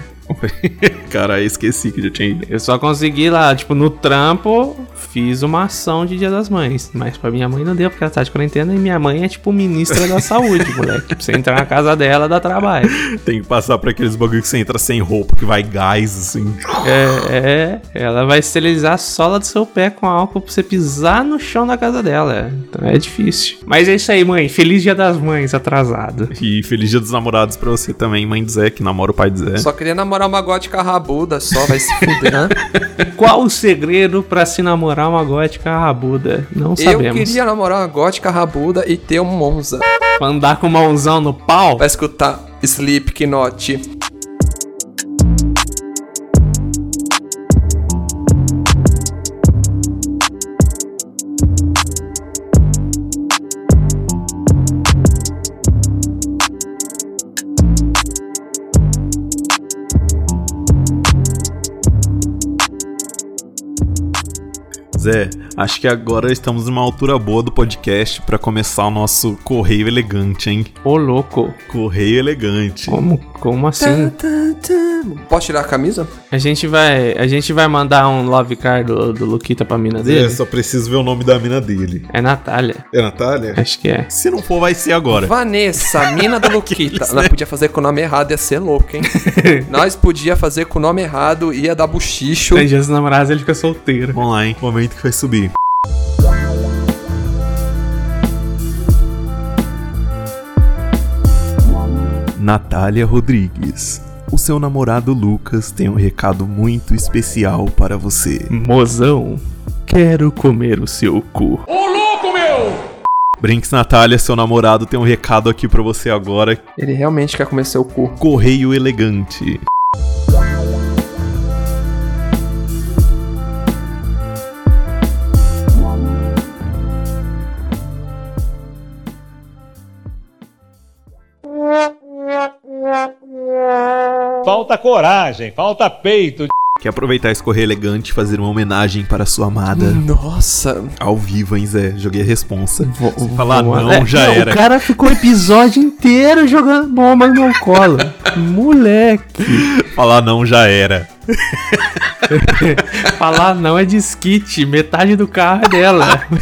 Cara, eu esqueci que já tinha ido.
Eu só consegui lá, tipo, no trampo, fiz uma ação de Dia das Mães. Mas pra minha mãe não deu, porque ela tá de quarentena e minha mãe é, tipo, ministra da saúde, moleque. Pra você entrar na casa dela, dá trabalho.
Tem que passar por aqueles bagulho que você entra sem roupa, que vai gás, assim.
É, é, ela vai esterilizar a sola do seu pé com álcool pra você pisar no chão da casa dela. Então é difícil. Mas é isso aí, mãe. Feliz Dia das Mães, atrasado.
E feliz dia dos namorados pra você também, mãe do Zé, que namora o pai do Zé.
Só queria namorar uma gótica rabuda só, vai se fuder. né?
Qual o segredo pra se namorar uma gótica rabuda? Não
Eu
sabemos.
queria namorar uma gótica rabuda e ter um Monza.
Pra andar com o mãozão no pau?
Vai escutar Slipknot.
Zé, acho que agora estamos numa altura boa do podcast pra começar o nosso correio elegante, hein?
Ô, louco.
Correio elegante.
Como, como
Tá.
assim?
Posso tirar a camisa?
A gente vai, a gente vai mandar um love card do, do Luquita pra mina
Zé,
dele?
É, só preciso ver o nome da mina dele.
É Natália.
É Natália?
Acho que é.
Se não for, vai ser agora.
Vanessa, mina do Luquita. Nós podia fazer com o nome errado, ia ser louco, hein? Nós podia fazer com o nome errado, ia dar buchicho.
Tem dias namorados ele fica solteiro.
Vamos lá, hein? Momento que vai subir. Natália Rodrigues. O seu namorado Lucas tem um recado muito especial para você.
Mozão, quero comer o seu cu.
Brinks Natália, seu namorado tem um recado aqui para você agora.
Ele realmente quer comer seu cu.
Correio elegante.
Falta coragem, falta peito.
Quer aproveitar esse correio elegante e fazer uma homenagem para sua amada?
Hum. Nossa,
Ao vivo, hein, Zé? Joguei a responsa. Se falar não,
É,
já era.
O cara ficou o episódio inteiro jogando bomba no meu colo. Moleque.
Falar não, já era.
Falar não é de skit, metade do carro é dela.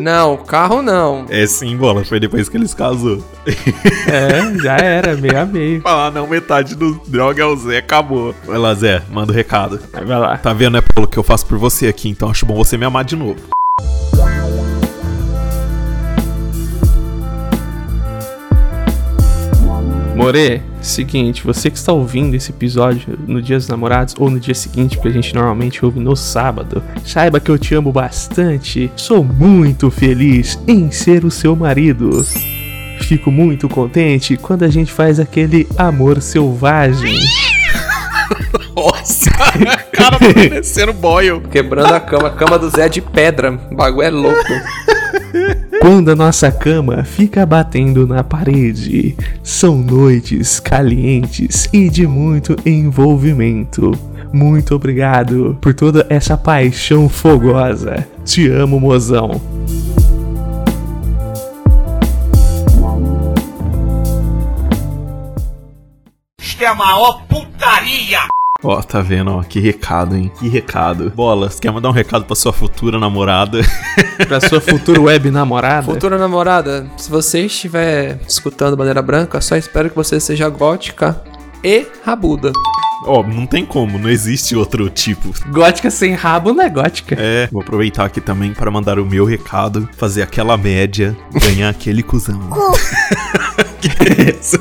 não, carro não.
É sim, bola, foi depois que eles casou.
É, já era, meio a meio.
Falar não, metade do droga é o Zé, acabou. Vai lá, Zé, manda o recado.
Vai lá.
Tá vendo, é pelo que eu faço por você aqui, então acho bom você me amar de novo.
More, seguinte, você que está ouvindo esse episódio no Dia dos Namorados ou no dia seguinte, porque a gente normalmente ouve no sábado, saiba que eu te amo bastante. Sou muito feliz em ser o seu marido. Fico muito contente quando a gente faz aquele amor selvagem.
Nossa, o cara tá parecendo Boyle.
Quebrando a cama. A cama do Zé é de pedra. O bagulho é louco.
Quando a nossa cama fica batendo na parede, são noites calientes e de muito envolvimento. Muito obrigado por toda essa paixão fogosa. Te amo, mozão.
Ó, tá vendo, ó, que recado, hein? Que recado. Bolas, quer mandar um recado pra sua futura namorada?
Pra sua futura web namorada.
Futura namorada, se você estiver escutando Bandeira Branca, só espero que você seja gótica e rabuda.
Ó, não tem como, não existe outro tipo.
Gótica sem rabo não é gótica.
É, vou aproveitar aqui também pra mandar o meu recado, fazer aquela média, ganhar aquele cuzão. que isso?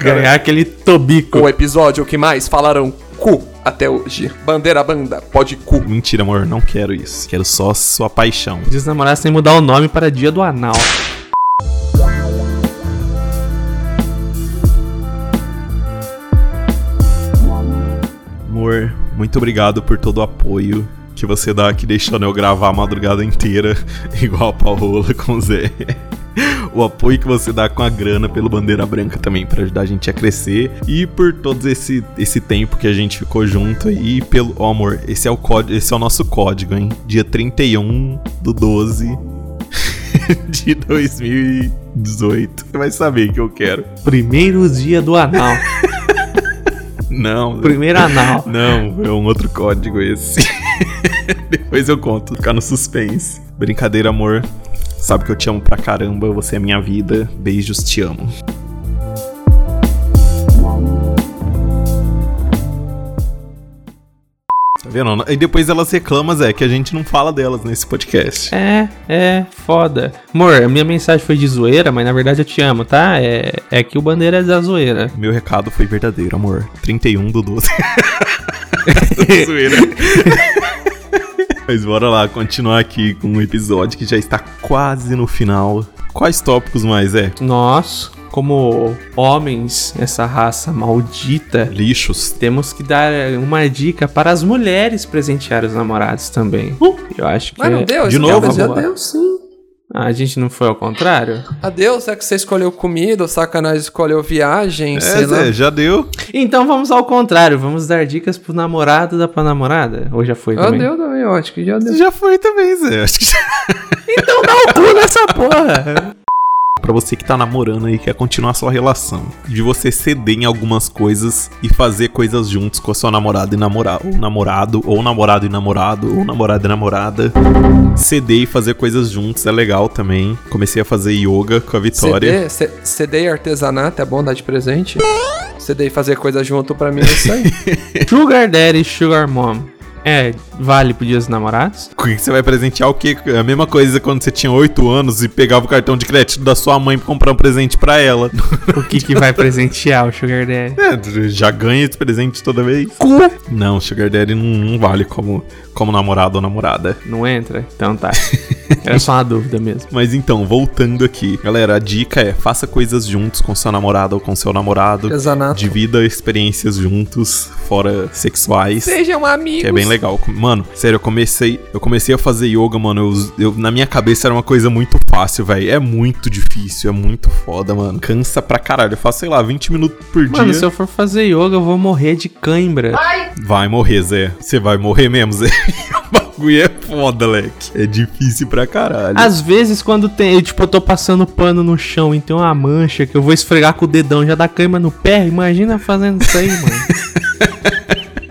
É,
Ganhar aquele tobico.
O episódio que mais falaram cu até hoje. Bandeira Banda, pode cu.
Mentira, amor, não quero isso. Quero só sua paixão.
Dia dos Namorados tem que mudar o nome para Dia do Anal.
Amor, muito obrigado por todo o apoio que você dá aqui deixando eu gravar a madrugada inteira, igual a Paola com o Zé. O apoio que você dá com a grana pelo Bandeira Branca também pra ajudar a gente a crescer e por todo esse, esse tempo que a gente ficou junto e pelo ó, amor, esse é o código, esse é o nosso código, hein? Dia 31 do 12 de 2018. Você vai saber que eu quero.
Primeiro dia do anal.
Não.
Primeiro anal.
Não, é um outro código esse. Depois eu conto, ficar no suspense. Brincadeira, amor. Sabe que eu te amo pra caramba, você é minha vida. Beijos, te amo. Tá vendo? E depois elas reclamam, Zé, que a gente não fala delas nesse podcast.
É, é, foda. Amor, minha mensagem foi de zoeira, mas na verdade eu te amo, tá? É, é que o bandeira é da zoeira.
Meu recado foi verdadeiro, amor. 31 do 12. Zoeira. Mas bora lá, continuar aqui com um episódio que já está quase no final. Quais tópicos mais é?
Nós, como homens, essa raça maldita,
Lixos.
temos que dar uma dica para as mulheres presentear os namorados também. Eu acho que
Uh, Mas não deu,
É, De
esse
novo,
talvez já
amor?
deu sim.
Ah, a gente não foi ao contrário.
Adeus, é que você escolheu comida, o sacanagem escolheu viagem,
É,
sei lá.
Zé, já deu.
Então vamos ao contrário, vamos dar dicas pro namorado da pra namorada. Ou já foi
Já
também?
Ah, deu também, eu acho que já deu.
Já foi também, Zé. Acho que já
Então dá o cu nessa porra!
Pra você que tá namorando aí, quer continuar sua relação, de você ceder em algumas coisas e fazer coisas juntos com a sua namorada e namorado, ou namorado, ou namorado e namorado, ou namorada e namorada. Ceder e fazer coisas juntos é legal também. Comecei a fazer yoga com a Vitória.
CD, C- CD e artesanato é bom dar de presente? CD e fazer coisa junto pra mim é isso aí.
Sugar Daddy, Sugar Mom. É, vale pro dia dos namorados?
Com que Você vai presentear o quê? É A mesma coisa quando você tinha 8 anos e pegava o cartão de crédito da sua mãe pra comprar um presente pra ela.
O que que vai presentear o Sugar Daddy?
É, já ganha esse presente toda vez. Não, Sugar Daddy não, não vale como, como namorado ou namorada.
Não entra? Então tá. Era só uma dúvida mesmo.
Mas então, voltando aqui, galera, a dica é faça coisas juntos com sua namorada ou com seu namorado.
Artesanato.
Divida experiências juntos, fora sexuais.
Sejam amigos.
Que é bem legal. Mano, sério, eu comecei. Eu comecei a fazer yoga, mano. Eu, eu- na minha cabeça era uma coisa muito fácil, velho. É muito difícil, é muito foda, mano. Cansa pra caralho. Eu faço, sei lá, 20 minutos por
Mano,
dia.
se eu for fazer yoga, eu vou morrer de cãibra.
Vai morrer, Zé. Você vai morrer mesmo, Zé. o bagulho é foda, leque. É difícil pra caralho.
Às vezes, quando tem, eu, tipo, eu tô passando pano no chão e tem uma mancha que eu vou esfregar com o dedão já dá cãibra no pé, imagina fazendo isso aí, mano.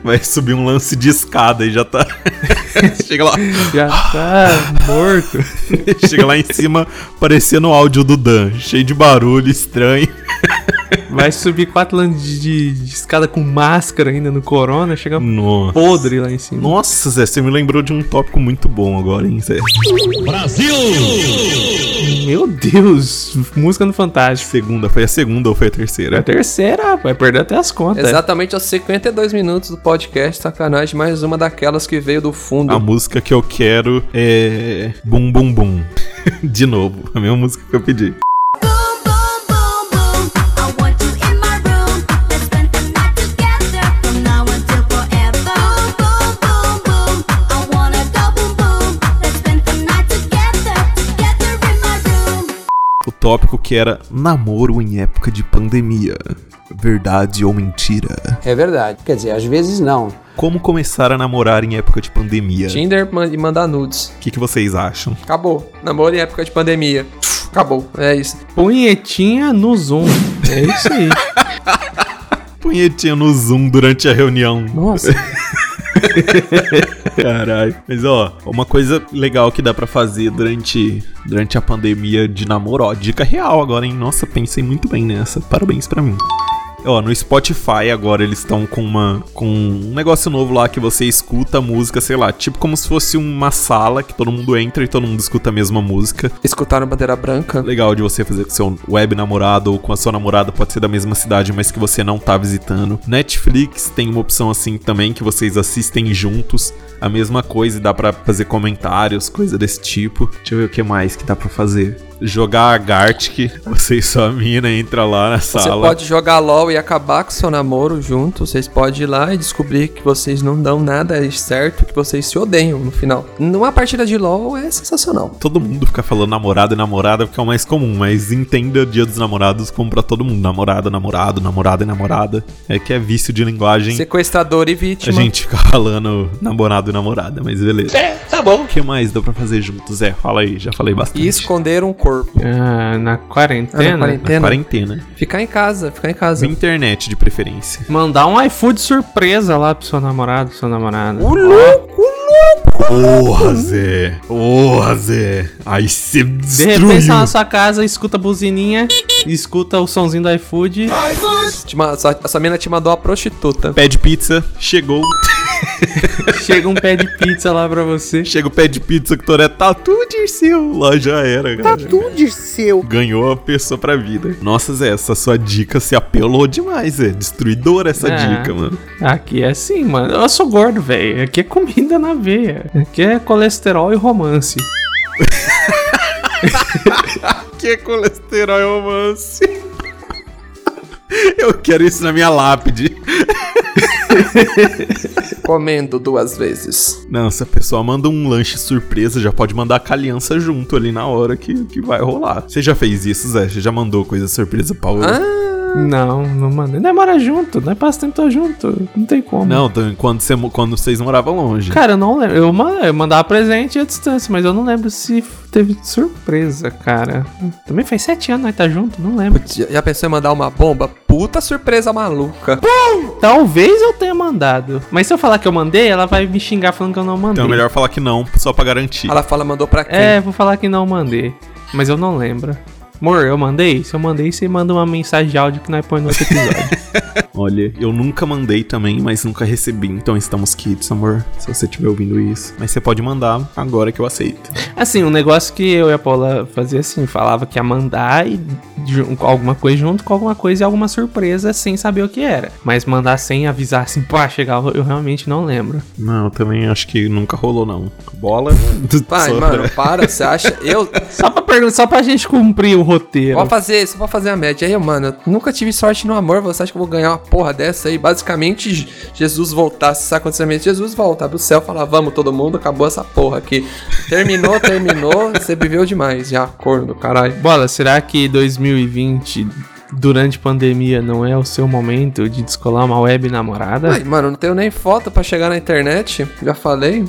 Vai subir um lance de escada e já tá. Chega lá.
Já tá morto.
Chega lá em cima, parecendo o áudio do Dan, cheio de barulho estranho.
Vai subir quatro anos de, de- de escada com máscara ainda no corona, chega
Nossa.
podre lá em cima.
Nossa, Zé, você me lembrou de um tópico muito bom agora, hein, Zé?
Brasil!
Meu Deus, música no Fantástico.
Segunda, foi a segunda ou foi a
É a
terceira?
terceira, vai perder até as
né?
contas.
Exatamente aos 52 minutos do podcast, sacanagem, mais uma daquelas que veio do fundo.
A música que eu quero é. Bum Bum Bum. De novo, a mesma música que eu pedi.
Boom, boom, boom, boom. I want you in my room. Let's spend the night together from now until forever. Boom, boom, boom, boom. I wanna go boom, boom. Let's spend the night together, together in my room.
O tópico que era namoro em época de pandemia. Verdade ou mentira?
É verdade. Quer dizer, às vezes não.
Como começar a namorar em época de pandemia?
Tinder man- e mandar nudes.
O que, que vocês acham?
Acabou. Namoro em época de pandemia. Pff, Acabou. É isso.
Punhetinha no Zoom. É isso aí.
Punhetinha no Zoom durante a reunião.
Nossa.
Caralho. Mas ó, uma coisa legal que dá pra fazer durante, durante a pandemia de namoro, ó, dica real agora, hein? Nossa, pensei muito bem nessa. Parabéns pra mim. Ó, no Spotify agora eles estão com uma com um negócio novo lá que você escuta a música, sei lá, tipo como se fosse uma sala que todo mundo entra e todo mundo escuta a mesma música.
Escutaram Bandeira Branca?
Legal de você fazer com seu web namorado ou com a sua namorada, pode ser da mesma cidade, mas que você não tá visitando. Netflix tem uma opção assim também que vocês assistem juntos a mesma coisa e dá pra fazer comentários, coisa desse tipo. Deixa eu ver o que mais que dá pra fazer. Jogar a Gartic, você e sua mina entra lá na
Você
sala.
pode jogar LOL e acabar com seu namoro junto. Vocês podem ir lá e descobrir que vocês não dão nada certo, que vocês se odeiam no final. Numa partida de LOL é sensacional.
Todo mundo fica falando namorado e namorada porque é o mais comum, mas entenda Dia dos Namorados como pra todo mundo. Namorada, namorado, namorada e namorada. É que é vício de linguagem.
Sequestrador e
A
vítima.
gente fica falando namorado e namorada, mas beleza.
É, tá bom.
O que mais dá pra fazer juntos? É, fala aí, já falei bastante.
E esconder um corpo.
Ah, na
Ah, na
quarentena.
quarentena.
Quarentena.
Ficar em casa, ficar em casa.
Internet de preferência.
Mandar um iFood surpresa lá pro seu namorado, sua namorada.
Porra, Zé. Porra, Zé. Aí você
De repente você tá
destruiu.
na sua casa, escuta a buzininha, escuta o somzinho do iFood.
Te ma- sua- Essa mina te mandou uma prostituta.
Pede pizza, chegou.
Chega um pé de pizza lá pra você.
Chega o pé de pizza que Toré tá tudo Dirceu. Lá já era, galera.
Tudo de seu.
Ganhou a pessoa pra vida. Nossa, Zé, essa sua dica se apelou demais, Zé. Destruidora essa
É.
dica, mano.
Aqui é assim, mano. Eu sou gordo, velho. Aqui é comida na veia. Aqui é colesterol e romance.
Que colesterol e romance. Eu quero isso na minha lápide.
Comendo duas vezes.
Não, se a pessoa manda um lanche surpresa, já pode mandar com a aliança junto ali na hora que, que vai rolar. Você já fez isso, Zé? Você já mandou coisa surpresa pra outra?
Ah,
Não, não, mano. Não é mora junto, não é pastentou junto. Não tem como.
Não, então, quando, você, mo- quando vocês moravam longe.
Cara, eu não lembro. Eu, ma- eu mandava presente à distância, mas eu não lembro se teve surpresa, cara. Também faz sete anos, nós tá junto, não lembro.
Já, já pensou em mandar uma bomba? Puta surpresa maluca.
Talvez eu tenha mandado. Mas se eu falar que eu mandei, ela vai me xingar falando que eu não mandei.
Então é melhor falar que não, só pra garantir.
Ela fala, mandou pra quem?
É, vou falar que não mandei. Mas eu não lembro. Amor, eu mandei? Se eu mandei, você manda uma mensagem de áudio que nós põe no outro episódio.
Olha, eu nunca mandei também, mas nunca recebi. Então estamos kits, amor. Se você estiver ouvindo isso. Mas você pode mandar agora que eu aceito.
assim, um negócio que eu e a Paula fazia assim, falava que ia mandar e ju- com alguma coisa junto com alguma coisa e alguma surpresa sem saber o que era. Mas mandar sem avisar assim, pá, chegar, eu realmente não lembro.
Não, eu também acho que nunca rolou, não. Bola.
Pai,
Só-
mano, para, você acha? Eu.
Só pra, pergun- só pra gente cumprir o roteiro.
Pode fazer, só pode fazer a média. Aí, mano, eu nunca tive sorte no amor. Você acha que eu vou ganhar uma porra dessa aí? Basicamente, Je- Jesus voltasse, se isso acontecesse, Jesus voltar pro céu, falar, vamos todo mundo, acabou essa porra aqui. Terminou, terminou, você viveu demais já, corno do caralho.
Bola, será que 2020, durante pandemia, não é o seu momento de descolar uma web namorada?
Ai, mano, não tenho nem foto pra chegar na internet, já falei.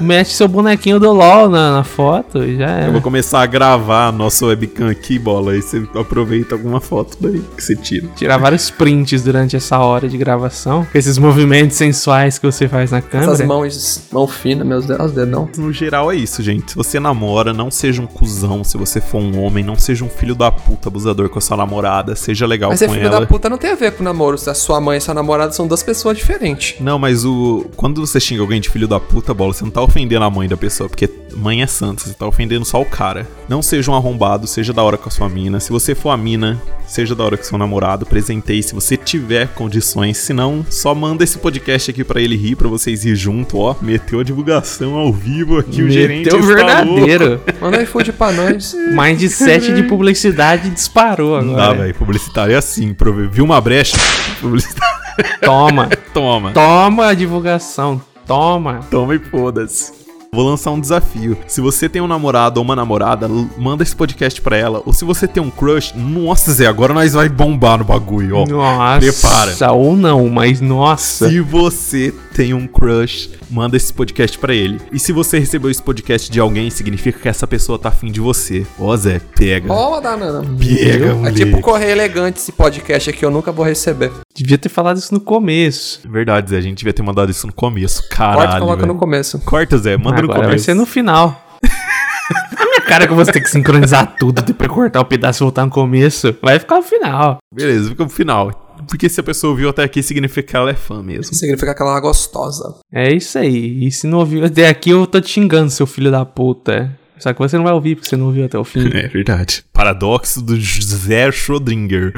Mete seu bonequinho do LOL na, na foto e já é.
Eu vou começar a gravar a nossa webcam aqui, bola. Aí você aproveita alguma foto daí que você tira.
Tirar vários prints durante essa hora de gravação. Com esses movimentos sensuais que você faz na
É,
câmera.
Essas mãos, mão fina, meus dedos, os dedos não.
No geral é isso, gente. Se você namora, não seja um cuzão. Se você for um homem, não seja um filho da puta abusador com a sua namorada. Seja legal
Mas ser
com
filho
ela.
da puta não tem a ver com namoro. Se a sua mãe e sua namorada são duas pessoas diferentes.
Não, mas o. Quando você xinga alguém de filho da puta, Puta bola, você não tá ofendendo a mãe da pessoa, porque mãe é santa, você tá ofendendo só o cara. Não seja um arrombado, seja da hora com a sua mina. Se você for a mina, seja da hora com seu namorado, presenteie se você tiver condições. Se não, só manda esse podcast aqui pra ele rir, pra vocês rir junto, ó. Meteu a divulgação ao vivo aqui, o gerente
Meteu
está louco.
verdadeiro.
Manda um iFood pra nós.
Mindset de publicidade disparou
Não dá,
agora.
velho. Publicitário é assim, prove- viu uma brecha? Publicitário
Toma.
toma.
Toma a divulgação. Toma.
Toma e foda-se. Vou lançar um desafio. Se você tem um namorado ou uma namorada, l- manda esse podcast pra ela. Ou se você tem um crush, nossa, Zé, agora nós vai bombar no bagulho, ó.
Nossa.
prepara.
Ou não, mas nossa.
Se você tem um crush, manda esse podcast pra ele. E se você recebeu esse podcast de alguém, significa que essa pessoa tá afim de você. Ó, Zé, pega.
Ó, Danana.
pega,
É
moleque.
tipo correr elegante esse podcast aqui, eu nunca vou receber.
Devia ter falado isso no começo.
Verdade, Zé, a gente devia ter mandado isso no começo.
Corta e
Caralho.
coloca
velho.
no começo.
Corta, Zé, manda no
Agora
começo.
vai ser no final. A minha cara é que eu vou ter que sincronizar tudo, depois cortar o pedaço e voltar no começo. Vai ficar o final.
Beleza, fica pro final. Porque se a pessoa ouviu até aqui, significa que ela é fã mesmo.
Isso significa que ela é gostosa.
É isso aí. E se não ouviu até aqui, eu tô te xingando, seu filho da puta. Só que você não vai ouvir, porque você não ouviu até o fim.
É verdade. Paradoxo do José Schrödinger.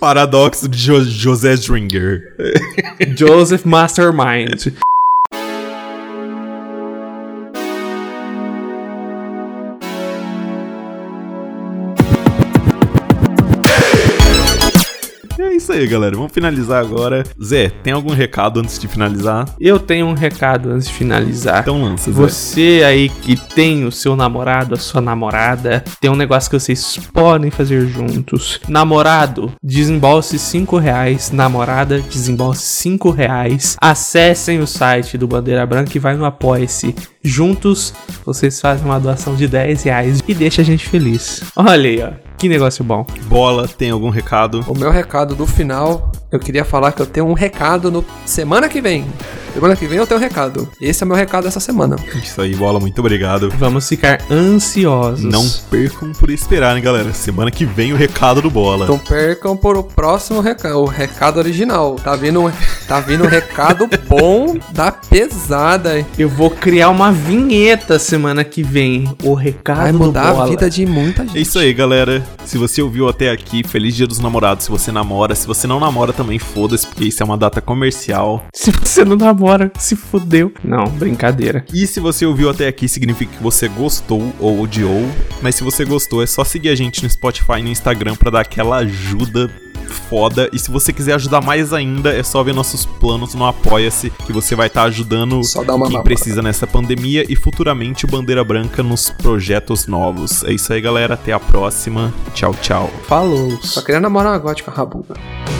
Paradoxo de Jo- José Schrödinger.
Joseph Mastermind.
É isso aí, galera. Vamos finalizar agora. Zé, tem algum recado antes de finalizar?
Eu tenho um recado antes de finalizar.
Então lança, Zé.
Você aí que tem o seu namorado, a sua namorada, tem um negócio que vocês podem fazer juntos. Namorado, desembolse 5 reais. Namorada, desembolse 5 reais. Acessem o site do Bandeira Branca e vai no Apoia-se. Juntos, vocês fazem uma doação de 10 reais e deixa a gente feliz. Olha aí, ó. Que negócio bom.
Bola, tem algum recado?
O meu recado do final, eu queria falar que eu tenho um recado no semana que vem. Semana que vem eu tenho um recado. Esse é meu recado dessa semana.
Isso aí, bola. Muito obrigado.
Vamos ficar ansiosos.
Não percam por esperar, hein, galera. Semana que vem o recado do Bola.
Então percam por o próximo recado, o recado original. Tá vindo, tá vindo um recado bom da pesada.
Eu vou criar uma vinheta semana que vem. O recado
Vai
do
mudar
bola.
a vida de muita gente.
É isso aí, galera. Se você ouviu até aqui, feliz Dia dos Namorados. Se você namora, se você não namora também, foda-se, porque isso é uma data comercial.
Se você não namora, se fudeu. Não, brincadeira.
E se você ouviu até aqui, significa que você gostou ou odiou. Mas se você gostou, é só seguir a gente no Spotify e no Instagram pra dar aquela ajuda foda. E se você quiser ajudar mais ainda, é só ver nossos planos no Apoia-se, que você vai estar ajudando
Só dá uma
quem
mamada.
precisa nessa pandemia e futuramente o Bandeira Branca nos projetos novos. É isso aí, galera. Até a próxima. Tchau, tchau.
Falou.
Só queria namorar uma gótica rabuga.